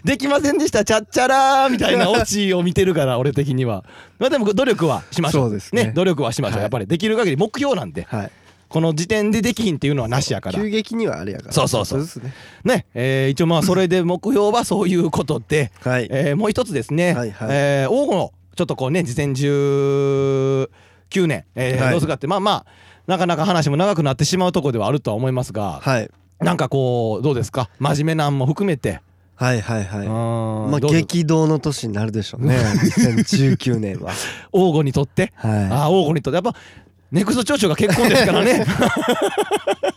[SPEAKER 2] できませんでしたちゃっちゃらーみたい なオチを見てるから俺的にはまあでも努力はしましょう
[SPEAKER 1] そうですね
[SPEAKER 2] 努力はしましょう、
[SPEAKER 1] はい
[SPEAKER 2] やっぱりできる限り目標なんで
[SPEAKER 1] はい
[SPEAKER 2] この時点でできひんっていうのはなしやから
[SPEAKER 1] 急激にはあれやから
[SPEAKER 2] そうそうそう
[SPEAKER 1] ですね
[SPEAKER 2] ねえー一応まあそれで目標はそういうことで、
[SPEAKER 1] はい
[SPEAKER 2] えーもう一つですね、
[SPEAKER 1] はいはい
[SPEAKER 2] えー王吾のちょっとこうね2019年、えー
[SPEAKER 1] はい
[SPEAKER 2] どうするかってまあまあなかなか話も長くなってしまうところではあるとは思いますが、
[SPEAKER 1] はい
[SPEAKER 2] なんかこうどうですか真面目なんも含めて、
[SPEAKER 1] はいはいはいう
[SPEAKER 2] ーん
[SPEAKER 1] まあ
[SPEAKER 2] どうです
[SPEAKER 1] 激動の年になるでしょ うね2019年は
[SPEAKER 2] 王吾にとって、
[SPEAKER 1] は
[SPEAKER 2] ああ王吾にとってやっぱネクスト町長が結婚ですから ね
[SPEAKER 1] い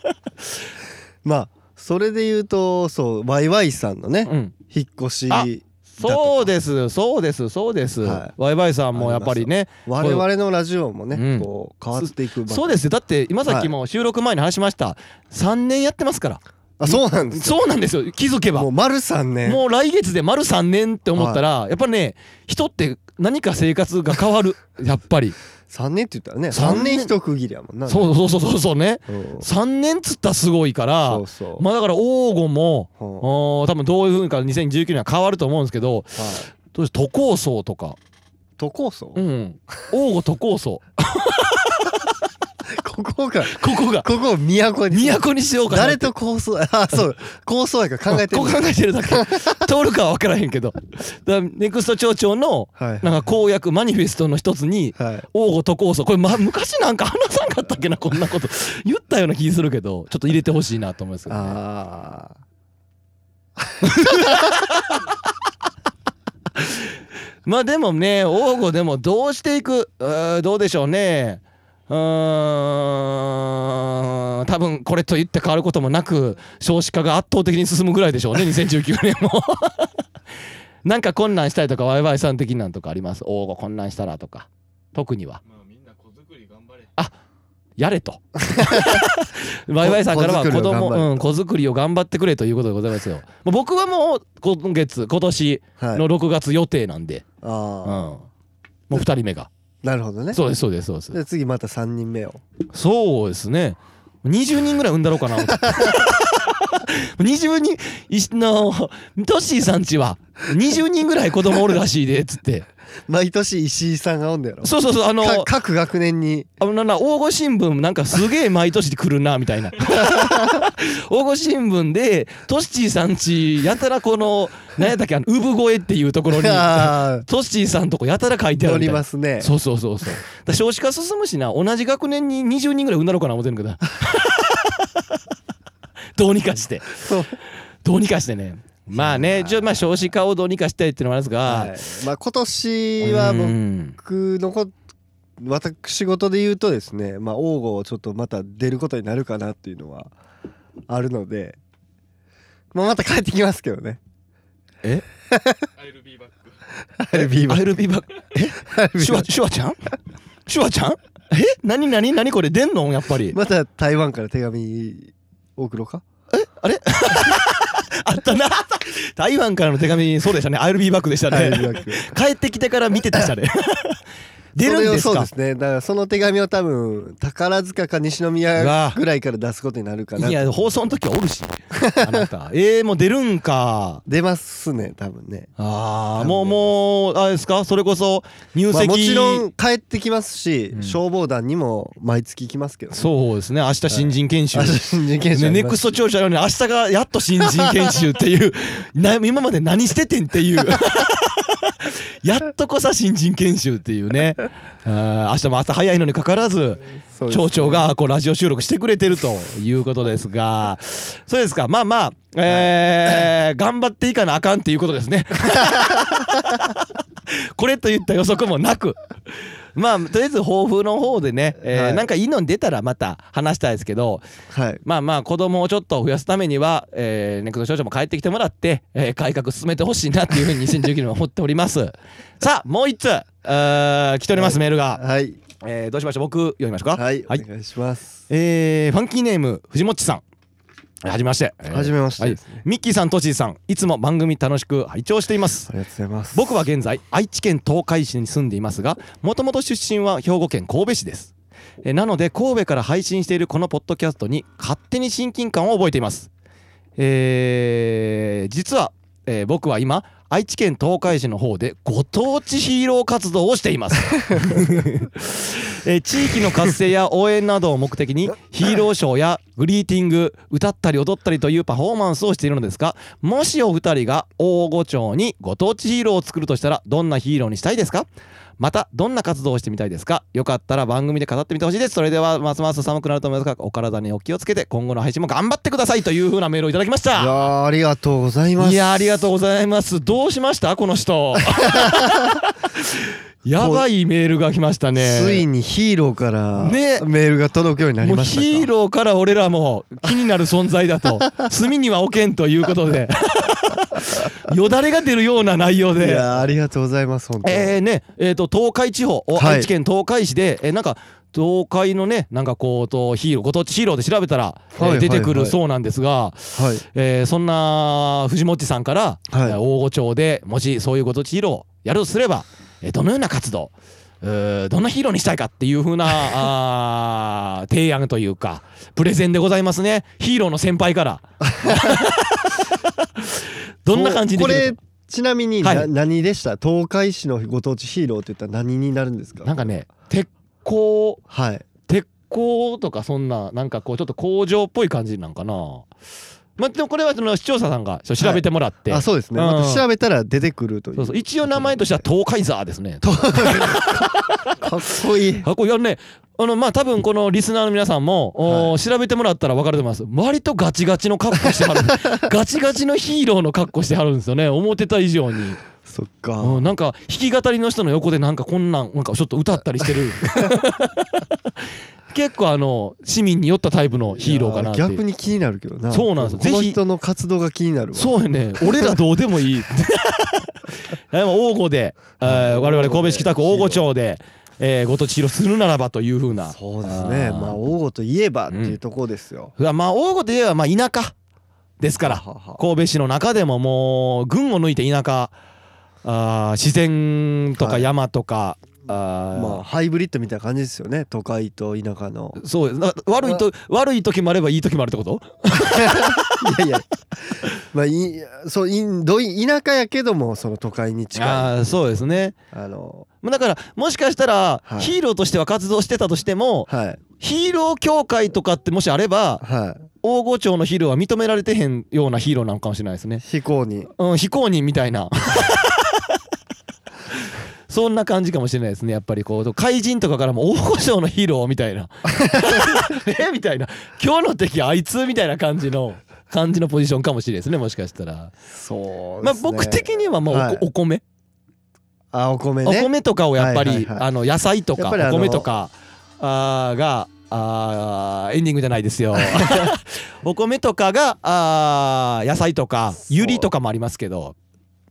[SPEAKER 1] まあそれで言うとそうワイワイさんのね
[SPEAKER 2] うん
[SPEAKER 1] 引っ越し
[SPEAKER 2] あ
[SPEAKER 1] だとか
[SPEAKER 2] そうですそうですそうです、
[SPEAKER 1] はい
[SPEAKER 2] ワイワイさんもやっぱりね
[SPEAKER 1] 我々のラジオも
[SPEAKER 2] うん
[SPEAKER 1] ねこう変わっていく
[SPEAKER 2] そう
[SPEAKER 1] す
[SPEAKER 2] ですよだって今さっきも収録前に話しました、3年やってますから
[SPEAKER 1] あそうなんです
[SPEAKER 2] そうなんですよ気づけば
[SPEAKER 1] もう
[SPEAKER 2] も
[SPEAKER 1] 丸さん
[SPEAKER 2] う,、
[SPEAKER 1] ね
[SPEAKER 2] 来月で丸3年って思ったら、やっぱね人って何か生活が変わるやっぱり
[SPEAKER 1] 3年って言ったらね
[SPEAKER 2] 三
[SPEAKER 1] 3
[SPEAKER 2] 年
[SPEAKER 1] 年一区切りやもんな
[SPEAKER 2] そうそうそうそうそうね
[SPEAKER 1] うん
[SPEAKER 2] 3年つったらすごいから
[SPEAKER 1] そうそう
[SPEAKER 2] まあだから王吾も
[SPEAKER 1] うん
[SPEAKER 2] おー多分どういうふうにか2019年は変わると思うんですけど
[SPEAKER 1] はい
[SPEAKER 2] どうです都構想とか
[SPEAKER 1] 都構想
[SPEAKER 2] うん王吾都構想
[SPEAKER 1] ここが
[SPEAKER 2] ここが
[SPEAKER 1] ここを都に
[SPEAKER 2] 都にしようかなって
[SPEAKER 1] 誰と構想 あそう構想やから考えてる
[SPEAKER 2] こう考えてるだけ 通るかは分からへんけどだからネクスト町長の
[SPEAKER 1] はい
[SPEAKER 2] なんか公約マニフェストの一つに
[SPEAKER 1] はい
[SPEAKER 2] 王吾都構想これ、ま、昔なんか話さんかったっけなこんなこと言ったような気するけどちょっと入れてほしいなと思いますけど、ね、
[SPEAKER 1] ああ
[SPEAKER 2] まあでもね王吾でもどうしていくうーどうでしょうねうーん多分これと言って変わることもなく少子化が圧倒的に進むぐらいでしょうね2019年も なんか困難したりとかワイワイさん的なんとかあります王吾困難したらとか特には
[SPEAKER 3] まあみんな子作り頑張れ。
[SPEAKER 2] やれ と。ワイワイさんからは
[SPEAKER 1] 子
[SPEAKER 2] 子
[SPEAKER 1] 作りを頑張れ
[SPEAKER 2] 供、うん、子作りを頑張ってくれということでございますよ。まあ僕はもう今月、今年
[SPEAKER 1] はい
[SPEAKER 2] の6月予定なんで、うん、
[SPEAKER 1] ああ
[SPEAKER 2] もう2人目が。
[SPEAKER 1] なるほどね
[SPEAKER 2] そうです、そうです、そうです。
[SPEAKER 1] で次また3人目を
[SPEAKER 2] そうですね。20人ぐらい産んだろうかな。20人、いしの、トッシーさんちは20人ぐらい子供おるらしいで、つって。
[SPEAKER 1] 毎年石井さんがおんだやろ
[SPEAKER 2] そうそうそう、あの、
[SPEAKER 1] か各学年に
[SPEAKER 2] あのなな大御新聞なんかすげえ毎年来るなみたい な大御新聞でトッシーさんちやたらこの何やったっけあの産声っていうところに
[SPEAKER 1] ああ
[SPEAKER 2] トッシーさんとこやたら書いてある
[SPEAKER 1] 乗
[SPEAKER 2] みたい
[SPEAKER 1] り
[SPEAKER 2] な
[SPEAKER 1] ますね
[SPEAKER 2] そうそうそう そうだから少子化進むしな同じ学年に20人ぐらい産んだろうかな思ってるけ どどうにかして
[SPEAKER 1] そう
[SPEAKER 2] どうにかしてねまあね一応まあ少子化をどうにかしたいっていうのもあるんですが、
[SPEAKER 1] はいまあ今年は
[SPEAKER 2] う
[SPEAKER 1] 僕
[SPEAKER 2] ん
[SPEAKER 1] のこ私事で言うとですねまあ王吾をちょっとまた出ることになるかなっていうのはあるのでまあまた帰ってきますけどね
[SPEAKER 2] え
[SPEAKER 3] I'll be back.
[SPEAKER 1] アルビーバ
[SPEAKER 2] アイルビーバックシュワシュワちゃんシュワちゃんえ何何何これ出んのやっぱり、
[SPEAKER 1] また台湾から手紙送 ろうか
[SPEAKER 2] あったな台湾からの手紙そうでしたねアイルビーバックでした
[SPEAKER 1] はい
[SPEAKER 2] ね帰ってきてから見てた したね出るんです
[SPEAKER 1] それをそう
[SPEAKER 2] か
[SPEAKER 1] ですねだからその手紙を多分宝塚か西宮ぐらいから出すことになるかない
[SPEAKER 2] や放送の時はおる しあなたえー、もう出るんか
[SPEAKER 1] 出ますね多分ね
[SPEAKER 2] ああもうもうあれですかそれこそ入籍、
[SPEAKER 1] まあ、もちろん帰ってきますし、
[SPEAKER 2] うん
[SPEAKER 1] 消防団にも毎月行きますけどね、
[SPEAKER 2] そうですね明日新人研修、
[SPEAKER 1] あ新人研修
[SPEAKER 2] ね、
[SPEAKER 1] あり
[SPEAKER 2] ネ
[SPEAKER 1] ま
[SPEAKER 2] ク
[SPEAKER 1] す
[SPEAKER 2] スト聴者なのに明日がやっと新人研修っていう な今まで何しててんっていう やっとこさ新人研修っていうねあー明日も朝早いのにかかわらず
[SPEAKER 1] そうです
[SPEAKER 2] 町長がこうラジオ収録してくれてるということですがそうですかまあまあ、えー頑張っていかなあかんっていうことですね これといった予測もなくまあとりあえず抱負の方でね、えー
[SPEAKER 1] はい
[SPEAKER 2] なんかいいのに出たらまた話したいですけど
[SPEAKER 1] はい
[SPEAKER 2] まあまあ子供をちょっと増やすためには、えー、ネクト少女も帰ってきてもらって、えー改革進めてほしいなっていうふうに2019年は思っております さあもう一通えー来ております、メールが、
[SPEAKER 1] はい
[SPEAKER 2] えーどうしましょう僕読みましょうか、
[SPEAKER 1] はい、
[SPEAKER 2] はい
[SPEAKER 1] お願いします
[SPEAKER 2] えーファンキーネーム藤もっちさんはじめまして、えー
[SPEAKER 1] はじめまして
[SPEAKER 2] は
[SPEAKER 1] で
[SPEAKER 2] い
[SPEAKER 1] すね、
[SPEAKER 2] ミッキーさん、トシーさん、いつも番組楽しく拝聴しています
[SPEAKER 1] あ。りがとうございます
[SPEAKER 2] 僕は現在、愛知県東海市に住んでいますが、もともと出身は兵庫県神戸市です。えなので、神戸から配信しているこのポッドキャストに勝手に親近感を覚えています。えー実は、えー僕は今、愛知県東海市の方でご当地ヒーロー活動をしています。えー地域の活性や応援などを目的 にヒーローショーやグリーティング歌ったり踊ったりというパフォーマンスをしているのですがもしお二人が大御町にご当地ヒーローを作るとしたらどんなヒーローにしたいですかまたどんな活動をしてみたいですかよかったら番組で語ってみてほしいですそれではますます寒くなると思いますがお体にお気をつけて今後の配信も頑張ってくださいというふうなメールをいただきまし
[SPEAKER 1] いや
[SPEAKER 2] た
[SPEAKER 1] ーありがとうございます
[SPEAKER 2] いやありがとうございますどうしましたこの 人やばいメールが来ましたね
[SPEAKER 1] ついにヒーローから
[SPEAKER 2] ね
[SPEAKER 1] メールが届くようになり
[SPEAKER 2] もう
[SPEAKER 1] ましたか、
[SPEAKER 2] ヒーローから俺らも気になる存在だ と隅には置けんということでよだれが出るような内容
[SPEAKER 1] い
[SPEAKER 2] で
[SPEAKER 1] やーありがとうございます本当に、
[SPEAKER 2] えーねえーと東海地方、お
[SPEAKER 1] はい
[SPEAKER 2] 愛知県東海市で、えーなんか東海のねなんかこうとヒーローご当地ヒーローで調べたら、えー
[SPEAKER 1] はいはい
[SPEAKER 2] 出てくるそうなんですが、
[SPEAKER 1] はい
[SPEAKER 2] えーそんな藤本さんから、
[SPEAKER 1] はい
[SPEAKER 2] えー大御町でもしそういうご当地ヒーローをやるとすれば、えーどのような活動うーどんなヒーローにしたいかっていうふ うなあー提案というかプレゼンでございますねヒーローの先輩 からどんな感じにで
[SPEAKER 1] こ
[SPEAKER 2] きる
[SPEAKER 1] れちなみにな、
[SPEAKER 2] はい
[SPEAKER 1] 何でした東海市のご当地ヒーローって言ったら何になるんですか
[SPEAKER 2] なんかね鉄鋼
[SPEAKER 1] はい
[SPEAKER 2] 鉄鋼とかそんななんかこうちょっと工場っぽい感じなんかなまあでもこれはその視聴者さんがちょっと調べてもらって、
[SPEAKER 1] あそうですね、
[SPEAKER 2] うん
[SPEAKER 1] また調べたら出てくるという
[SPEAKER 2] そうそう一応名前としては東海ザーですね
[SPEAKER 1] かっこいい
[SPEAKER 2] あこれいやねあのまあ多分このリスナーの皆さんも、おー調べてもらったら分かると思います割とガチガチの格好 してはるガチガチのヒーローの格好してはるんですよね思ってた以上に、
[SPEAKER 1] そっか、
[SPEAKER 2] うん、なんか弾き語りの人の横でなんかこんなんなんかちょっと歌ったりして る結構あの市民に酔ったタイプのヒーローかなっていう
[SPEAKER 1] 逆に気になるけどな
[SPEAKER 2] そうなんですよ
[SPEAKER 1] この
[SPEAKER 2] ぜひ
[SPEAKER 1] 人の活動が気になるわ
[SPEAKER 2] そうやね俺らどうでも いいでも王吾で、えー我々神戸市北区王吾町で、えー、ご当地ヒーローするならばというふうな
[SPEAKER 1] そうですね
[SPEAKER 2] あー
[SPEAKER 1] まあ王吾といえばっていうところですよ、
[SPEAKER 2] うわまあ大御といえばまあ田舎ですから
[SPEAKER 1] ははは
[SPEAKER 2] 神戸市の中でももう群を抜いて田舎あー自然と
[SPEAKER 1] は
[SPEAKER 2] か
[SPEAKER 1] い
[SPEAKER 2] 山とか、あー
[SPEAKER 1] まあハイブリッドみたいな感じですよね都会と田舎の
[SPEAKER 2] そうですだから悪いと悪い時もあればいい時もあるってこと
[SPEAKER 1] いやいや まあいそういどい田舎やけどもその都会に近いあ
[SPEAKER 2] あーそうですね
[SPEAKER 1] の
[SPEAKER 2] まあだからもしかしたら、
[SPEAKER 1] はい
[SPEAKER 2] ヒーローとしては活動してたとしても
[SPEAKER 1] はい
[SPEAKER 2] ヒーロー協会とかってもしあれば
[SPEAKER 1] は
[SPEAKER 2] 大御町のヒーローは認められてへんようなヒーローなのかもしれないですね
[SPEAKER 1] い非公認
[SPEAKER 2] うん、非公認みたいな。 そんな感じかもしれないですねやっぱりこう怪人とかからも大御所のヒーローみた いな えみたいな今日の敵あいつみたいな感じの感じのポジションかもしれないですねもしかしたら、
[SPEAKER 1] そう
[SPEAKER 2] ま
[SPEAKER 1] で
[SPEAKER 2] あ
[SPEAKER 1] すね
[SPEAKER 2] 僕的にはもうお,、
[SPEAKER 1] はい
[SPEAKER 2] お米、
[SPEAKER 1] あお米
[SPEAKER 2] お
[SPEAKER 1] ね
[SPEAKER 2] 米とかをやっぱり、
[SPEAKER 1] はいはいはい
[SPEAKER 2] あの野菜と
[SPEAKER 1] や
[SPEAKER 2] か
[SPEAKER 1] っぱりあの
[SPEAKER 2] お米とかあーがあーエンディングじゃないです よお米とかがあー野菜とか
[SPEAKER 1] そう
[SPEAKER 2] ゆりとかもありますけど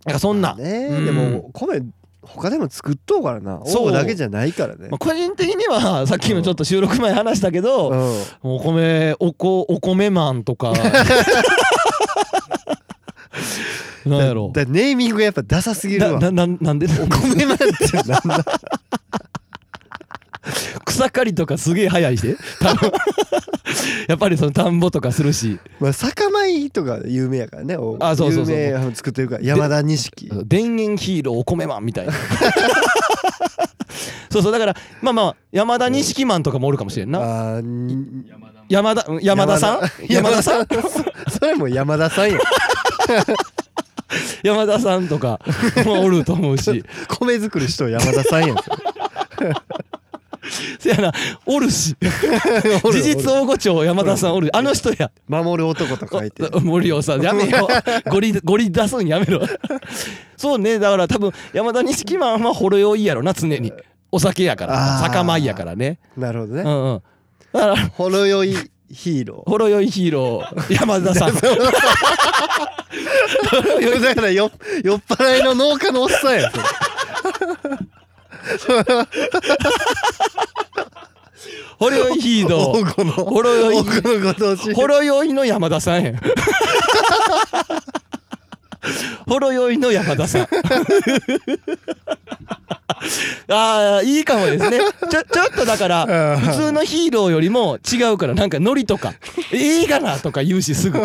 [SPEAKER 2] なんかそんな、
[SPEAKER 1] ね
[SPEAKER 2] うん
[SPEAKER 1] でも米他でも作っとうからな
[SPEAKER 2] そう
[SPEAKER 1] 王だけじゃないからね
[SPEAKER 2] まあ、個人的にはさっきのちょっと収録前話したけど、
[SPEAKER 1] うん
[SPEAKER 2] お米おこお米マンとかなんやろ
[SPEAKER 1] だネーミングがやっぱダサすぎる
[SPEAKER 2] な
[SPEAKER 1] わ
[SPEAKER 2] ななんなんで
[SPEAKER 1] お米まんってなんだ
[SPEAKER 2] 草刈りとかすげえ早いして多分やっぱりその田んぼとかするし
[SPEAKER 1] まあ酒米とか有名やからねお
[SPEAKER 2] あそうそうそう
[SPEAKER 1] 有名あの作ってるから山田錦
[SPEAKER 2] 田園ヒーローお米マンみたいなそうそうだからまあまあ山田錦マンとかもおるかもしれんな
[SPEAKER 1] あーに
[SPEAKER 3] 山田も
[SPEAKER 2] 山田うん山田さん山田さん
[SPEAKER 1] それも山 田さんや
[SPEAKER 2] 山田さんとかもおると思うし
[SPEAKER 1] 米作りしとる山田さんやん
[SPEAKER 2] せやなおるし
[SPEAKER 1] おる
[SPEAKER 2] 事実大御町山田さんおるあの人や
[SPEAKER 1] 守る男と書いて
[SPEAKER 2] お森尾さんやめ ようゴリゴリ出すんやめろ そうねだから多分山田錦マンはほろ酔いやろな常にお酒やから
[SPEAKER 1] あー
[SPEAKER 2] 酒米やからね
[SPEAKER 1] なるほど
[SPEAKER 2] う
[SPEAKER 1] ね
[SPEAKER 2] んうんだから
[SPEAKER 1] ほろ酔いヒーロ
[SPEAKER 2] ほろ酔いヒーロー山田 さん
[SPEAKER 1] ーだからよ酔っ払いの農家のおっさんやんそれ
[SPEAKER 2] ほろ酔いヒーロ
[SPEAKER 1] 大
[SPEAKER 2] ー
[SPEAKER 1] 子の
[SPEAKER 2] ほろ酔い
[SPEAKER 1] 大子のご当地
[SPEAKER 2] ほろ酔いの山田さんやんほろ酔いの山田さん あーいいかもですねちょちょっとだから
[SPEAKER 1] うん
[SPEAKER 2] 普通のヒーローよりも違うからなんかノリとか「いいかな」とか言うしすぐ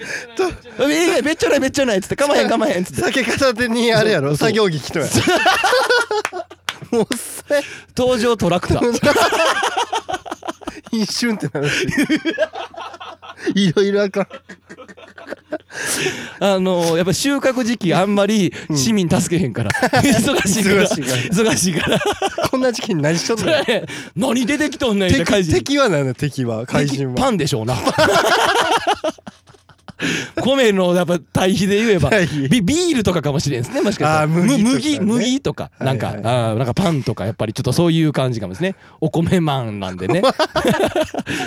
[SPEAKER 2] 「ええべっちょないべっちょない」っつって「かまへんかまへん」っつって
[SPEAKER 1] 酒片手にあれやろ
[SPEAKER 2] そう
[SPEAKER 1] 作業着着とやろもうさ
[SPEAKER 2] 登場トラクター
[SPEAKER 1] 一瞬ってなるしいろいろあかん
[SPEAKER 2] あのーやっぱ収穫時期あんまり市民助けへんから、 忙しいから
[SPEAKER 1] 忙しいか
[SPEAKER 2] 忙しいから
[SPEAKER 1] こんな時期に何しとん
[SPEAKER 2] そ
[SPEAKER 1] の
[SPEAKER 2] れね何出てきとんねんって怪
[SPEAKER 1] 敵
[SPEAKER 2] 人
[SPEAKER 1] 敵は何だ敵は怪人
[SPEAKER 2] パ
[SPEAKER 1] は
[SPEAKER 2] ンでしょうな 米のやっぱ対比で言えば
[SPEAKER 1] 対比
[SPEAKER 2] ビビールとかかもしれんですねもし
[SPEAKER 1] あ
[SPEAKER 2] か
[SPEAKER 1] ー
[SPEAKER 2] したらむ
[SPEAKER 1] 麦とかね
[SPEAKER 2] 麦麦とかなんか、
[SPEAKER 1] はいは
[SPEAKER 2] あーなんかパンとかやっぱりちょっとそういう感じかもですねお米マンなん でね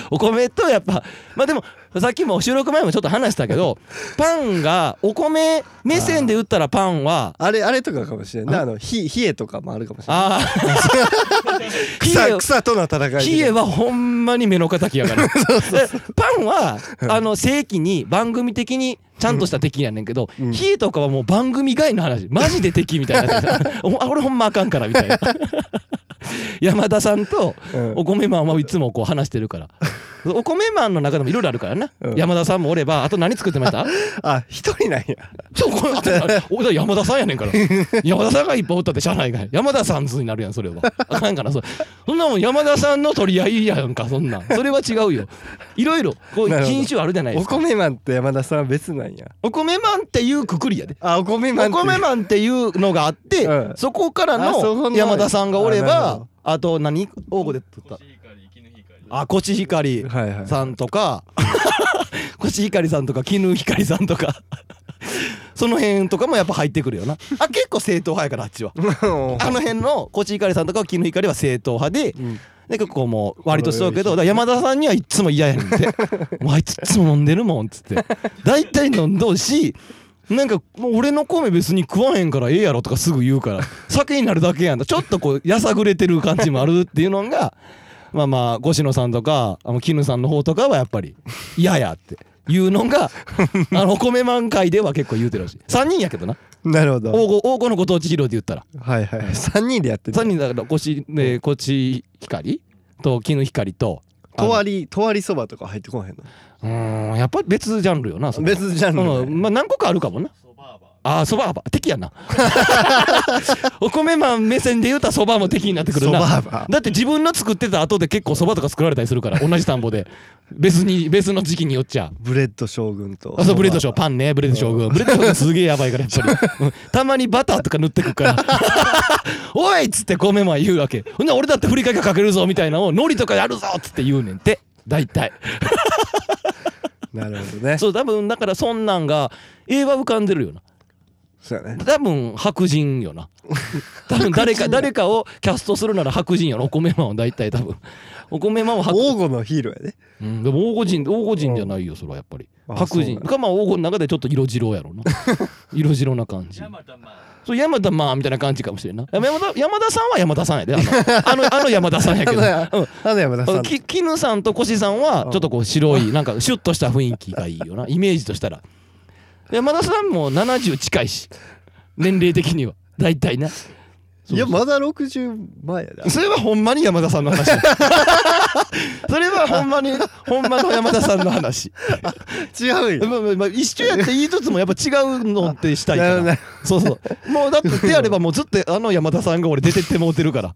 [SPEAKER 2] お米とやっぱまあでもさっきも収録前もちょっと話したけ どパンがお米目線で打ったらパンは
[SPEAKER 1] あれあれとかかもしれんなあのひ冷えとかもあるかもしれん
[SPEAKER 2] ああ
[SPEAKER 1] 草草との戦い
[SPEAKER 2] ヒエはほんまに目の敵や から。パンは、あの、正規に番組的にちゃんとした敵やねんけど、
[SPEAKER 1] うん
[SPEAKER 2] ヒエとかはもう番組外の話。マジで敵みたいな。 おあ俺ほんまあかんからみたいな。山田さんと
[SPEAKER 1] うん
[SPEAKER 2] お米マンはいつもこう話してるから。お米マンの中でもいろいろあるからな、
[SPEAKER 1] うん
[SPEAKER 2] 山田さんもおればあと何作ってました
[SPEAKER 1] あ一人なんや
[SPEAKER 2] そうこれあと俺だ山田さんやねんから 山田さんがいっぱいおったって社内が山田さん図になるやんそれはあかんからそれそんなもん山田さんの取り合いやんかそんなんそれは違うよいろいろこう
[SPEAKER 1] なるほど
[SPEAKER 2] 品種あるじゃないで
[SPEAKER 1] お
[SPEAKER 2] すか
[SPEAKER 1] 米マンと山田さんは別なんや
[SPEAKER 2] お米マンっていうくくりやで
[SPEAKER 1] あお米
[SPEAKER 2] お
[SPEAKER 1] マンっていう
[SPEAKER 2] 米マンっていうのがあって、
[SPEAKER 1] うん
[SPEAKER 2] そこから
[SPEAKER 1] あそこ
[SPEAKER 2] の
[SPEAKER 1] の
[SPEAKER 2] 山田さんがおれ
[SPEAKER 1] あなるほ
[SPEAKER 2] ば
[SPEAKER 1] ど
[SPEAKER 2] あと何大子で取った
[SPEAKER 3] コシヒカリ、キヌヒカリ。
[SPEAKER 2] あコシヒカリ
[SPEAKER 1] はいはい
[SPEAKER 2] さんとか、 コシヒカリさんとか、絹ひかりさんとか、その辺とかもやっぱ入ってくるよな。あ、結構正統派やから、あっちは。あの辺のコシヒカリさんとか、絹ひかりは正統派で、
[SPEAKER 1] うん
[SPEAKER 2] で結構もう割とそうけどだから山田さんにはいっつも嫌やねん って「もうあいついっつも飲んでるもん」っつって大体飲んどうしなんかもう俺の米別に食わへんからええやろとかすぐ言うから酒になるだけやんとちょっとこうやさぐれてる感じもあるっていうのがまあまあ越野さんとかあの絹さんの方とかはやっぱり嫌やっていうの があのお米満開では結構言うてるらしい3人やけどな
[SPEAKER 1] なるほど
[SPEAKER 2] 大子大子のご当地ヒーローで言ったら。
[SPEAKER 1] はいはい三人でやってる
[SPEAKER 2] 3人だからコシ,、えー、コシヒカリと絹ヒカリとあの
[SPEAKER 1] とわりとわりそばとか入ってこへんの
[SPEAKER 2] うーんやっぱり別ジャンルよなそれ
[SPEAKER 1] 別ジャンルね
[SPEAKER 2] うんまあ何個かあるかもな
[SPEAKER 3] ソバーバ
[SPEAKER 2] あーそば幅敵やな お米マン目線で言うたらそばも敵になってくるな
[SPEAKER 1] そば幅
[SPEAKER 2] だって自分の作ってた後で結構そばとか作られたりするから同じ田んぼで別に別の時期によっちゃ
[SPEAKER 1] ブレッド将軍と
[SPEAKER 2] あそうブレード将パンねブレード将軍ブレード将軍すげえやばいからやっぱりうんたまにバターとか塗ってく から「おい!」っつって米マン言うわけほんなら俺だってふりかけかけるぞみたいなのを「海苔とかやるぞ!」っつって言うねんて大 体。
[SPEAKER 1] なるほどね
[SPEAKER 2] そう多分だからそんなんが映画浮かんでるよな
[SPEAKER 1] そうやね
[SPEAKER 2] 多分白人よ な多分誰か誰かをキャストするなら白人よなお米マンは大体多分お米マンは白、
[SPEAKER 1] 王子のヒーローやで
[SPEAKER 2] うん、でも黄金人黄金人じゃないよそれはやっぱり
[SPEAKER 1] あ
[SPEAKER 2] 白人
[SPEAKER 1] そうなん
[SPEAKER 2] かまあ黄金の中でちょっと色白やろう な色白な感
[SPEAKER 3] ー。
[SPEAKER 2] じ
[SPEAKER 3] ヤマタマ
[SPEAKER 2] そう山田マンみたいな感じかもしれんな山田山田さんは山田さんやであのあのあの 山田さんやけど
[SPEAKER 1] あ
[SPEAKER 2] うん
[SPEAKER 1] あの山田さん
[SPEAKER 2] き絹さんとコシさんはちょっとこう白いなんかシュッとした雰囲気がいいよなイメージとしたら山田さんも70近いし年齢的には大体なそう
[SPEAKER 1] いやまだ60前やで
[SPEAKER 2] それはほんまに山田さんの話 だそれはほんまにほんまの山田さんの話
[SPEAKER 1] 違うんよ
[SPEAKER 2] まあまあまあ一緒やって言いつつもやっぱ違うのってしたいか
[SPEAKER 1] な
[SPEAKER 2] ら
[SPEAKER 1] る
[SPEAKER 2] そうそうもうだってであればもうずっとあの山田さんが俺出てってもうてるから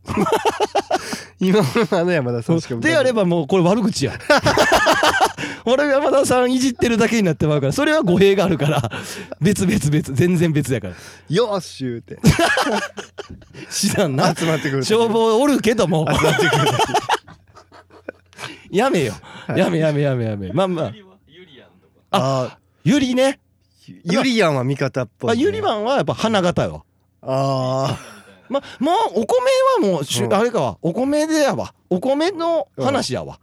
[SPEAKER 1] 今のあの山田さんしか見た
[SPEAKER 2] であればもうこれ悪口や俺が山田さんいじってるだけになってまうからそれは語弊があるから別別別全然別やから
[SPEAKER 1] よーしゅうて
[SPEAKER 2] 知らんな
[SPEAKER 1] 集まってくる
[SPEAKER 2] 消防おるけども
[SPEAKER 1] 集まってくる
[SPEAKER 2] やめよ
[SPEAKER 1] はい
[SPEAKER 2] やめやめやめやめまあまあ
[SPEAKER 3] ユリはユリアンとか。
[SPEAKER 1] あ
[SPEAKER 2] ゆりね
[SPEAKER 1] ーゆりやんは味方っぽ
[SPEAKER 2] あ
[SPEAKER 1] いね
[SPEAKER 2] ゆりマンはやっぱ花形よ
[SPEAKER 1] あ
[SPEAKER 2] まもうお米はもうしゅ、
[SPEAKER 1] うん
[SPEAKER 2] あれかわお米でやわお米の話やわ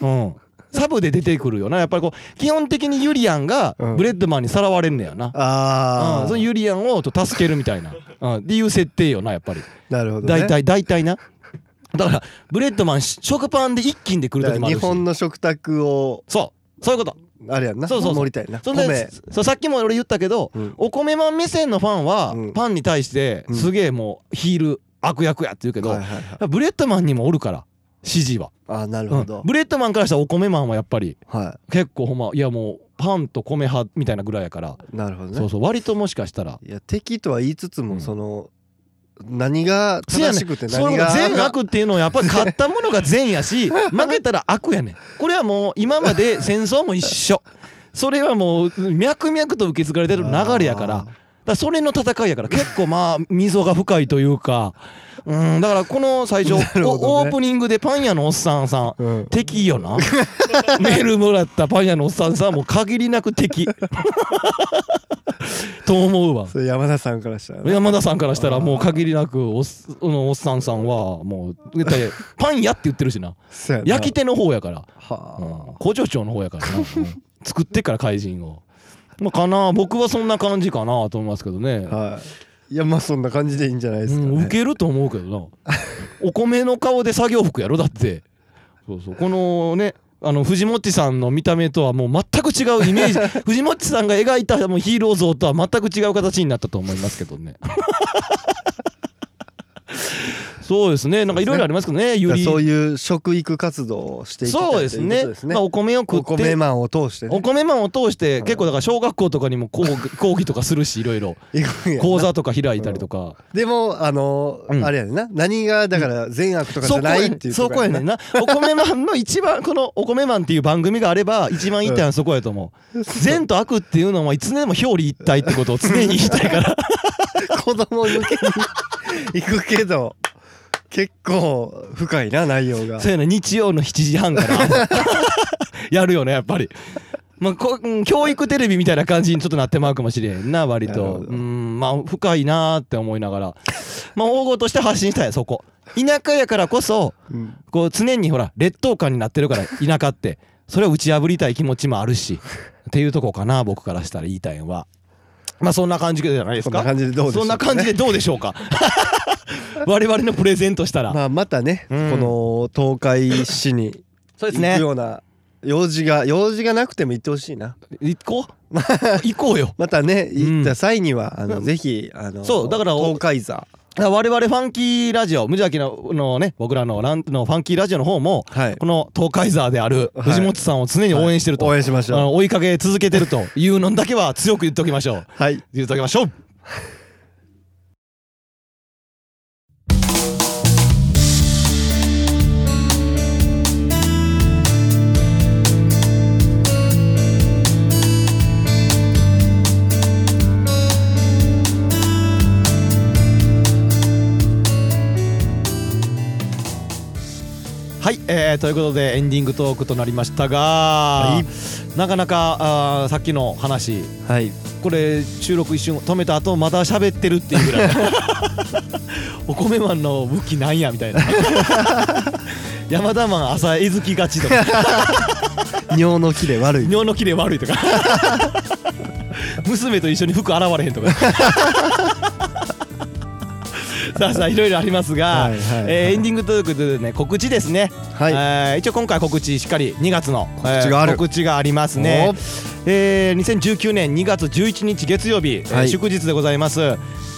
[SPEAKER 2] うんサブで出てくるよなやっぱりこう基本的にユリアンが
[SPEAKER 1] うん
[SPEAKER 2] ブレッドマンにさらわれんねやな
[SPEAKER 1] あ、あ
[SPEAKER 2] う
[SPEAKER 1] あ
[SPEAKER 2] ん、そのユリアンをと助けるみたいな、うん、っていう設定よなやっぱり
[SPEAKER 1] なるほどね
[SPEAKER 2] 大体大体なだからブレッドマンし食パンで一斤で来る
[SPEAKER 1] だか
[SPEAKER 2] 時
[SPEAKER 1] ら
[SPEAKER 2] もあ
[SPEAKER 1] 日
[SPEAKER 2] るし
[SPEAKER 1] 本の食卓を
[SPEAKER 2] そうそういうこと
[SPEAKER 1] あれやんな
[SPEAKER 2] そうそうそう
[SPEAKER 1] 守りたいな
[SPEAKER 2] そんで
[SPEAKER 1] 米
[SPEAKER 2] そうさっきも俺言ったけど、
[SPEAKER 1] うん
[SPEAKER 2] お米マン目線のファンは、
[SPEAKER 1] うん
[SPEAKER 2] パンに対して
[SPEAKER 1] うん
[SPEAKER 2] すげえもうヒール悪役やって言うけど、
[SPEAKER 1] はいはいはい
[SPEAKER 2] ブレッドマンにもおるから支持は、
[SPEAKER 1] ああなる
[SPEAKER 2] う
[SPEAKER 1] ほ
[SPEAKER 2] ん
[SPEAKER 1] ど、
[SPEAKER 2] ブレッドマンからしたらお米マンはやっぱり
[SPEAKER 1] は
[SPEAKER 2] 結構ほんまいやもうパンと米派みたいなぐらいやから、
[SPEAKER 1] いなるほどね
[SPEAKER 2] そうそう割ともしかしたら
[SPEAKER 1] いや敵とは言いつつも、
[SPEAKER 2] うん
[SPEAKER 1] その何が正しくて
[SPEAKER 2] そう
[SPEAKER 1] 何
[SPEAKER 2] いうの
[SPEAKER 1] が
[SPEAKER 2] 善悪っていうのはやっぱり買ったものが善や し負けたら悪やねんこれはもう今まで戦争も一緒それはもう脈々と受け継がれてる流れやから
[SPEAKER 1] あ
[SPEAKER 2] だからそれの戦いやから結構まあ溝が深いというかうんだからこの最初、
[SPEAKER 1] なるほどね
[SPEAKER 2] おオープニングでパン屋のおっさんさん
[SPEAKER 1] ーうん
[SPEAKER 2] 敵よな メールもらったパン屋のおっさんさんもう限りなく敵 と思うわ
[SPEAKER 1] それ山田さんからしたらね
[SPEAKER 2] 山田さんからしたらもう限りなくおっすあのおっさんさんはもう絶 対パン屋って言ってるしな
[SPEAKER 1] そうやな
[SPEAKER 2] 焼き手の方やから、
[SPEAKER 1] はあ、
[SPEAKER 2] うん、工場長の方やからな、うん作ってっから怪人を。まあ、かな僕はそんな感じかなと思いますけどね、
[SPEAKER 1] はいいやまあそんな感じでいいんじゃないですか、ね
[SPEAKER 2] うん、ウケると思うけど なお米の顔で作業服やろだってそうそうこのねあの藤本さんの見た目とはもう全く違うイメージ 藤本さんが描いたもうヒーロー像とは全く違う形になったと思いますけど ねそうですねなんかいろいろありますけどねゆ
[SPEAKER 1] だから
[SPEAKER 2] り
[SPEAKER 1] そういう食育活動をしていきたい
[SPEAKER 2] そうです
[SPEAKER 1] という
[SPEAKER 2] ね
[SPEAKER 1] ことですね
[SPEAKER 2] まあ、お米を食
[SPEAKER 1] お
[SPEAKER 2] って
[SPEAKER 1] 米マンを通して
[SPEAKER 2] お
[SPEAKER 1] ね
[SPEAKER 2] 米マンを通して
[SPEAKER 1] ん
[SPEAKER 2] 結構だから小学校とかにも講義講義とかするしいろいろ
[SPEAKER 1] 行くんやな
[SPEAKER 2] 講座とか開いたりとか
[SPEAKER 1] でもあのー
[SPEAKER 2] うん
[SPEAKER 1] あれやねんな何がだから善悪とかじゃないっていう
[SPEAKER 2] そ
[SPEAKER 1] と
[SPEAKER 2] こや
[SPEAKER 1] や
[SPEAKER 2] ね
[SPEAKER 1] なん
[SPEAKER 2] なお米マンの一番この「お米マン」っていう番組があれば一番言いたいのはそこやと思う、善と悪っていうのはいつでも表裏一体ってことを常に言いたいから
[SPEAKER 1] 子供向けに行くけど結構深いな内容が
[SPEAKER 2] そういうの日曜の7時半から やるよねやっぱり。まあ、こうん教育テレビみたいな感じにちょっとなってまうかもしれんな割
[SPEAKER 1] なる
[SPEAKER 2] と
[SPEAKER 1] ほど
[SPEAKER 2] うんまあ深いなーって思いながらまあ大ごとして発信したいそこ田舎やからこそ
[SPEAKER 1] うん
[SPEAKER 2] こう常にほら劣等感になってるから田舎ってそれを打ち破りたい気持ちもあるしっていうとこかな僕からしたら言いたいのはまあそんな感じじゃないです
[SPEAKER 1] そん
[SPEAKER 2] か
[SPEAKER 1] な感じでどうでしょう
[SPEAKER 2] そんな感じでどうでしょうか 我々のプレゼントしたら、
[SPEAKER 1] まあまたね、
[SPEAKER 2] うん
[SPEAKER 1] この東海市に
[SPEAKER 2] そうです
[SPEAKER 1] 行く
[SPEAKER 2] ね
[SPEAKER 1] ような用事が用事がなくても行ってほしいな
[SPEAKER 2] 行こう行こうよ
[SPEAKER 1] またね
[SPEAKER 2] ん
[SPEAKER 1] 行った際には、あ
[SPEAKER 2] う
[SPEAKER 1] の
[SPEAKER 2] ん
[SPEAKER 1] ぜひあの
[SPEAKER 2] そうだからお
[SPEAKER 1] 東海座
[SPEAKER 2] だから 我々ファンキーラジオ無邪気なのね僕らのランのファンキーラジオの方も
[SPEAKER 1] はい
[SPEAKER 2] この東海ザーである
[SPEAKER 1] はい
[SPEAKER 2] 藤本さんを常に応援してると、
[SPEAKER 1] 応援しまし
[SPEAKER 2] あ
[SPEAKER 1] ょう
[SPEAKER 2] の追いかけ続けてるというのだけは強く言っておきましょう
[SPEAKER 1] はい
[SPEAKER 2] 言っておきましょうはい、えーということでエンディングトークとなりましたが、
[SPEAKER 1] は
[SPEAKER 2] なかなかあーさっきの話
[SPEAKER 1] はい
[SPEAKER 2] これ収録一瞬止めた後まだ喋ってるっていうぐらいお米マンの武器なんやみたいな山田マン朝えずきがちとか
[SPEAKER 1] 尿のキレ 悪い
[SPEAKER 2] 尿のキレ悪いとか娘と一緒に服洗われへんとか さあさあいろいろありますが、
[SPEAKER 1] はいはいはい
[SPEAKER 2] えーエンディングトークでね告知ですね、
[SPEAKER 1] はい
[SPEAKER 2] えー一応今回告知しっかり2月の
[SPEAKER 1] 告知がある
[SPEAKER 2] えー告知がありますね
[SPEAKER 1] おー
[SPEAKER 2] えー、2019年2月11日月曜日、えー
[SPEAKER 1] はい
[SPEAKER 2] 祝日でございます、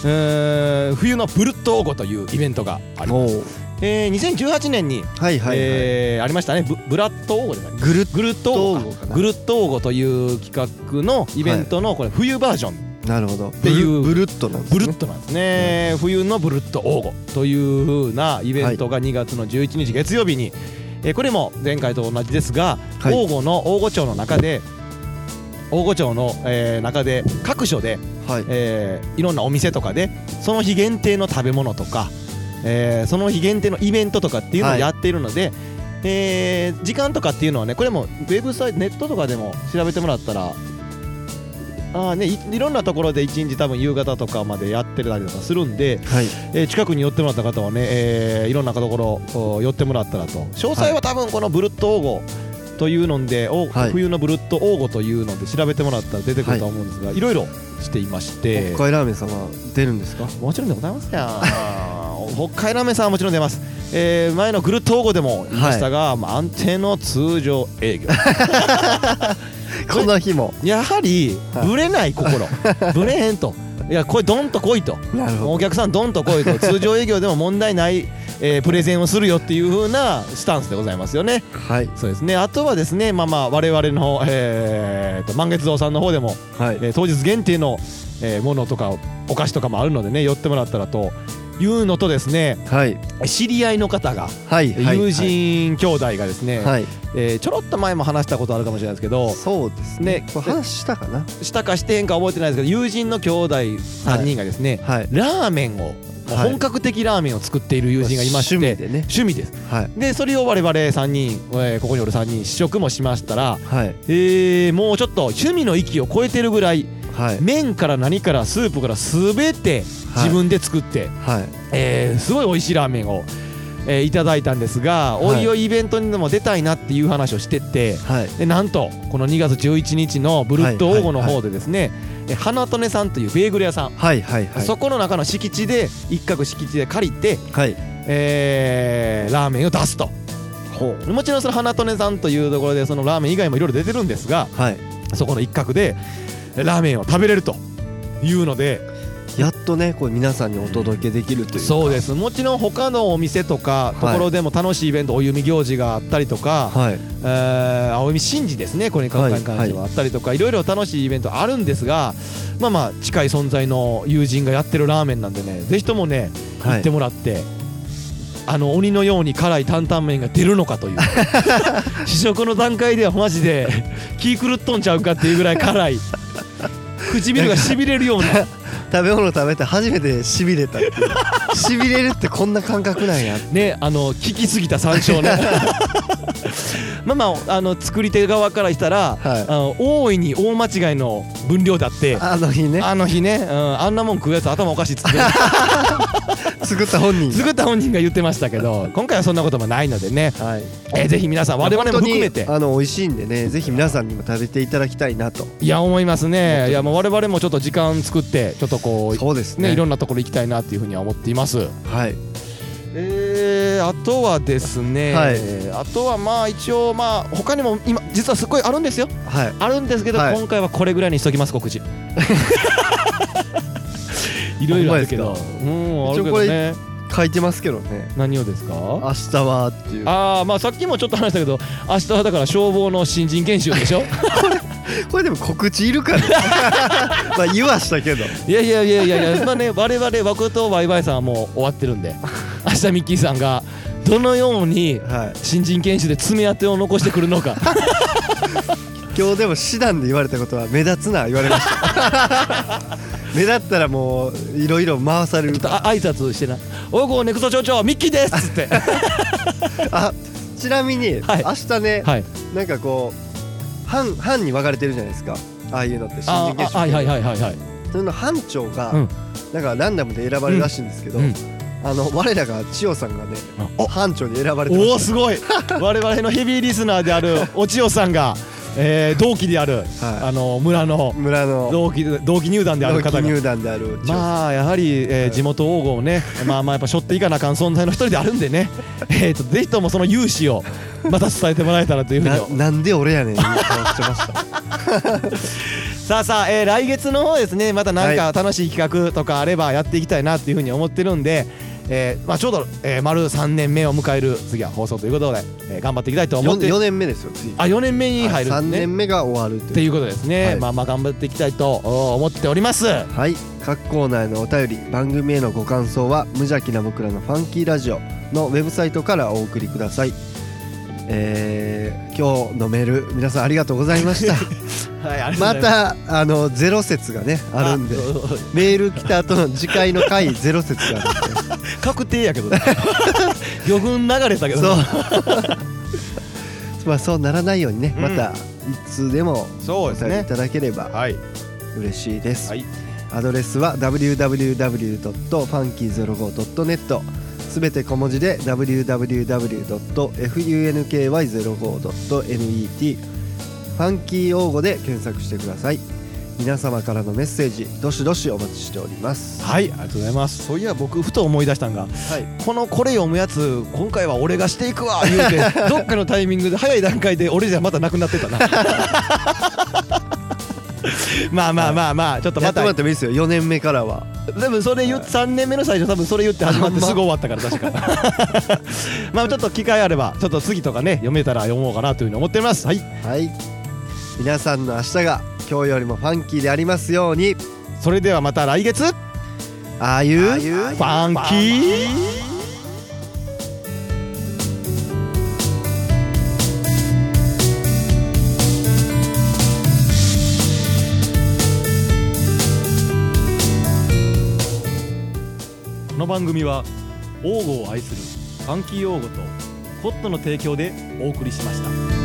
[SPEAKER 2] えー冬のブルットーゴというイベントがあります、
[SPEAKER 1] おー
[SPEAKER 2] えー、2018年に、
[SPEAKER 1] はいはいはい、
[SPEAKER 2] えーありましたねブブラットーゴじゃない
[SPEAKER 1] ぐるっ
[SPEAKER 2] グルットー
[SPEAKER 1] トー
[SPEAKER 2] ゴ
[SPEAKER 1] ゴ
[SPEAKER 2] か
[SPEAKER 1] かな
[SPEAKER 2] グルットーゴという企画のイベントのこれ冬バージョン、
[SPEAKER 1] なるほどって
[SPEAKER 2] いう
[SPEAKER 1] ブルブルッとなんです
[SPEAKER 2] ブ
[SPEAKER 1] ね
[SPEAKER 2] ルットなんですね、冬のブルット王ゴというふうなイベントが2月の11日月曜日に、えーこれも前回と同じですが、
[SPEAKER 1] はい
[SPEAKER 2] 王吾の王吾町の中で王吾町の、えー中で各所で、
[SPEAKER 1] はい
[SPEAKER 2] えーいろんなお店とかでその日限定の食べ物とか、えーその日限定のイベントとかっていうのを
[SPEAKER 1] はい
[SPEAKER 2] やっているので、えー時間とかっていうのはねこれもウェブサイトネットとかでも調べてもらったらあー、ね、いいろんなところで1日多分夕方とかまでやってたりとかするんで、
[SPEAKER 1] はい
[SPEAKER 2] えー近くに寄ってもらった方はね、えーいろんなところお寄ってもらったらと詳細は多分このブルット王語というので、お
[SPEAKER 1] はい
[SPEAKER 2] 冬のブルット王語というので調べてもらったら出てくるとは思うんですが、い、ろいろしていまして
[SPEAKER 1] 北海ラーメンさんは出るんですか
[SPEAKER 2] もちろんでございますやん 北海ラーメンさんはもちろん出ます、えー前のグルット王語でも言いましたが、まあ安定の通常営業
[SPEAKER 1] こんな日も
[SPEAKER 2] やはり
[SPEAKER 1] はい
[SPEAKER 2] ぶれない 心ぶれへんといやこれどんと来いと
[SPEAKER 1] なる
[SPEAKER 2] お客さんどんと来い と通常営業でも問題ない、えープレゼンをするよっていう風なスタンスでございますよね
[SPEAKER 1] どはい
[SPEAKER 2] そうですねあとはですねまあまあ我々の、えーと満月堂さんの方でも、
[SPEAKER 1] はい
[SPEAKER 2] えー当日限定の、えーものとかお菓子とかもあるのでね寄ってもらったらというのとですね
[SPEAKER 1] はい
[SPEAKER 2] 知り合いの方が
[SPEAKER 1] はいはい
[SPEAKER 2] 友人兄弟がですね、
[SPEAKER 1] はい
[SPEAKER 2] えーちょろっと前も話したことあるかもしれないですけど
[SPEAKER 1] そうですね
[SPEAKER 2] ね
[SPEAKER 1] これ話したかな
[SPEAKER 2] したかしてへんか覚えてないですけど友人の兄弟3人がですね、
[SPEAKER 1] はい
[SPEAKER 2] ラーメンを、もう
[SPEAKER 1] はい
[SPEAKER 2] 本格的ラーメンを作っている友人がいまして、
[SPEAKER 1] 趣味でね
[SPEAKER 2] 趣味です
[SPEAKER 1] はい
[SPEAKER 2] でそれを我々3人、えーここにおる3人試食もしましたら、
[SPEAKER 1] はい
[SPEAKER 2] えーもうちょっと趣味の域を超えてるぐらい
[SPEAKER 1] はい
[SPEAKER 2] 麺から何からスープから全て
[SPEAKER 1] はい
[SPEAKER 2] 自分で作って、
[SPEAKER 1] はい
[SPEAKER 2] えーすごい美味しいラーメンを、えーいただいたんですが、
[SPEAKER 1] はい
[SPEAKER 2] おいおいイベントにでも出たいなっていう話をしてて。
[SPEAKER 1] はい
[SPEAKER 2] でなんとこの2月11日のブルット王吾の方でですね、え花とねさんというベーグル屋さん
[SPEAKER 1] はいはいはい
[SPEAKER 2] そこの中の敷地で一角敷地で借りて、
[SPEAKER 1] はい
[SPEAKER 2] えーラーメンを出すと
[SPEAKER 1] ほ
[SPEAKER 2] もちろんその花とねさんというところでそのラーメン以外もいろいろ出てるんですが
[SPEAKER 1] はい
[SPEAKER 2] そこの一角でラーメンを食べれるというので
[SPEAKER 1] やっとねこれ皆さんにお届けできるという
[SPEAKER 2] そうですすもちろん他のお店とか
[SPEAKER 1] い
[SPEAKER 2] ところでも楽しいイベント、お弓行事があったりとか、
[SPEAKER 1] はい
[SPEAKER 2] えー、青海神事ですねこれに関関してはあったりとか、いろいろ楽しいイベントあるんですがまあまあ近い存在の友人がやってるラーメンなんでねぜひともね行
[SPEAKER 1] は
[SPEAKER 2] って
[SPEAKER 1] い
[SPEAKER 2] もらって、あの鬼のように辛い担々麺が出るのか という試食の段階ではマジで気狂っとんちゃうかっていうぐらい辛い唇がしびれるような
[SPEAKER 1] 食べ物食べて初めてしびれたっていう しびれるってこんな感覚なんや
[SPEAKER 2] ねあの効きすぎた山椒ね まあまああの作り手側からしたら、
[SPEAKER 1] はい
[SPEAKER 2] あの大いに大間違いの分量だって
[SPEAKER 1] あの日ね
[SPEAKER 2] あの日ね、うん、あんなもん食うやつ頭おかしいっ つって
[SPEAKER 1] 作った本人
[SPEAKER 2] 作った本人が言ってましたけど今回はそんなこともないのでね、
[SPEAKER 1] はい
[SPEAKER 2] えーぜひ皆さん我々も含めて
[SPEAKER 1] 本当にあの美味しいんでねぜひ皆さんにも食べていただきたいなと
[SPEAKER 2] いや思います
[SPEAKER 1] 思ってま
[SPEAKER 2] ね
[SPEAKER 1] す
[SPEAKER 2] いやもう我々もちょっと時間作ってちょっとこう
[SPEAKER 1] そうです
[SPEAKER 2] ね
[SPEAKER 1] ね
[SPEAKER 2] いろんなところ行きたいなっていうふうには思っています
[SPEAKER 1] はい
[SPEAKER 2] えー、あとはですね、
[SPEAKER 1] はい
[SPEAKER 2] あとはまあ一応まあ他にも今実はすっごいあるんですよ
[SPEAKER 1] はい
[SPEAKER 2] あるんですけど、
[SPEAKER 1] はい
[SPEAKER 2] 今回はこれぐらいにしときます 告知いろいろあるけど
[SPEAKER 1] ほんま
[SPEAKER 2] うんあるけ
[SPEAKER 1] 一応こ
[SPEAKER 2] ど
[SPEAKER 1] れ
[SPEAKER 2] ね
[SPEAKER 1] 書いてますけどね
[SPEAKER 2] 何をですか
[SPEAKER 1] 明日はっていう
[SPEAKER 2] ああまあさっきもちょっと話したけど明日はだから消防の新人研修でしょ
[SPEAKER 1] これでも告知い るからまあ言わしたけど
[SPEAKER 2] いやいやいやいやいやまあ ね我々枠とワイワイさんはもう終わってるんで明日ミッキーさんがどのように
[SPEAKER 1] はい
[SPEAKER 2] 新人研修で爪痕を残してくるの か
[SPEAKER 1] 今日でも師団で言われたことは目立つな言われました 目立ったらもういろいろ回され
[SPEAKER 2] ちょ
[SPEAKER 1] る
[SPEAKER 2] っとあ挨拶してな「おごネクト町長ミッキーです」っつって、
[SPEAKER 1] あちなみに明
[SPEAKER 2] はい
[SPEAKER 1] 日ね
[SPEAKER 2] はい、
[SPEAKER 1] なんかこう班班に分かれてるじゃないですかああいうのって新
[SPEAKER 2] あ
[SPEAKER 1] 人研
[SPEAKER 2] あはいはい
[SPEAKER 1] 修
[SPEAKER 2] はいはいはい
[SPEAKER 1] それの班長が
[SPEAKER 2] うん
[SPEAKER 1] なんかランダムで選ばれるらしいんですけど
[SPEAKER 2] うん
[SPEAKER 1] あの我らが千代さんがね
[SPEAKER 2] あ
[SPEAKER 1] 班長に選ばれてま
[SPEAKER 2] おお
[SPEAKER 1] し
[SPEAKER 2] す ごい我々のヘビーリスナーであるお千代さんが、えー同期である、
[SPEAKER 1] はい
[SPEAKER 2] あの村の
[SPEAKER 1] た村の
[SPEAKER 2] 同期同期入団である
[SPEAKER 1] 同期
[SPEAKER 2] 方が
[SPEAKER 1] 入団である千代さん
[SPEAKER 2] まあやはり、えー
[SPEAKER 1] はい
[SPEAKER 2] 地元王郷を ね、まあまあやっぱ背負っていかなあかん存在の一人であるんで ね、えーとぜひともその勇姿をまた伝えてもらえたらというふう
[SPEAKER 1] な
[SPEAKER 2] に。
[SPEAKER 1] なんで俺やねんっていう顔してました
[SPEAKER 2] さあさあ、えー来月の方ですね、またなんか楽しい企画とかあればやっていきたいなっていうふうに思ってるんで、えーまあちょうど、えー丸3年目を迎える次は放送ということで、えー頑張っていきたいと思っ
[SPEAKER 1] 四
[SPEAKER 2] て、
[SPEAKER 1] 四年目ですよ次
[SPEAKER 2] あ4年目に入るんですね。
[SPEAKER 1] 3年目が終わる
[SPEAKER 2] っ
[SPEAKER 1] と
[SPEAKER 2] て
[SPEAKER 1] い
[SPEAKER 2] いううことですね、
[SPEAKER 1] はい
[SPEAKER 2] まあまあ頑張っていきたいとお思っております
[SPEAKER 1] はい各コーナーへのお便り番組へのご感想は「無邪気な僕らのファンキーラジオ」のウェブサイトからお送りくださいえー今日のメール皆 さんありがとうございました
[SPEAKER 2] はい、ありがと
[SPEAKER 1] ま
[SPEAKER 2] うござい
[SPEAKER 1] たあのゼロ説がね
[SPEAKER 2] ます
[SPEAKER 1] ある んで
[SPEAKER 2] そうそう
[SPEAKER 1] メール来た後の次回の回ゼロ説があるんで
[SPEAKER 2] 確定やけどね 魚群流れたけど
[SPEAKER 1] そ
[SPEAKER 2] ね
[SPEAKER 1] う まあそうならないようにね、
[SPEAKER 2] うん
[SPEAKER 1] またいつでも
[SPEAKER 2] そ
[SPEAKER 1] お
[SPEAKER 2] うです
[SPEAKER 1] 便りい
[SPEAKER 2] ね
[SPEAKER 1] ただければ
[SPEAKER 2] はい
[SPEAKER 1] 嬉しいです、
[SPEAKER 2] はい
[SPEAKER 1] アドレスは www.funky05.net すべて小文字で www.funky05.net ファンキー用語で検索してください皆様からのメッセージどしどしお待ちしております
[SPEAKER 2] はいありがとうございますそういや僕ふと思い出したんが
[SPEAKER 1] はい
[SPEAKER 2] このこれ読むやつ今回は俺がしていくわ言うて どっかのタイミングで早い段階で俺じゃまたなくなってたなまあまあまあまあちょっと
[SPEAKER 1] や
[SPEAKER 2] ま
[SPEAKER 1] っても
[SPEAKER 2] た
[SPEAKER 1] らってもいいですよ4年目からは
[SPEAKER 2] 多分それ言っ3年目の最初多分それ言って始まって
[SPEAKER 1] あんます
[SPEAKER 2] ぐ終わったから確か まあちょっと機会あればちょっと次とかね読めたら読もうかなというふうに思ってますはい
[SPEAKER 1] はい皆さんの明日が今日よりもファンキーでありますように
[SPEAKER 2] それではまた来月フ
[SPEAKER 1] ああいう
[SPEAKER 2] ァンキーこの番組は王語を愛するファンキー王語とコットの提供でお送りしました。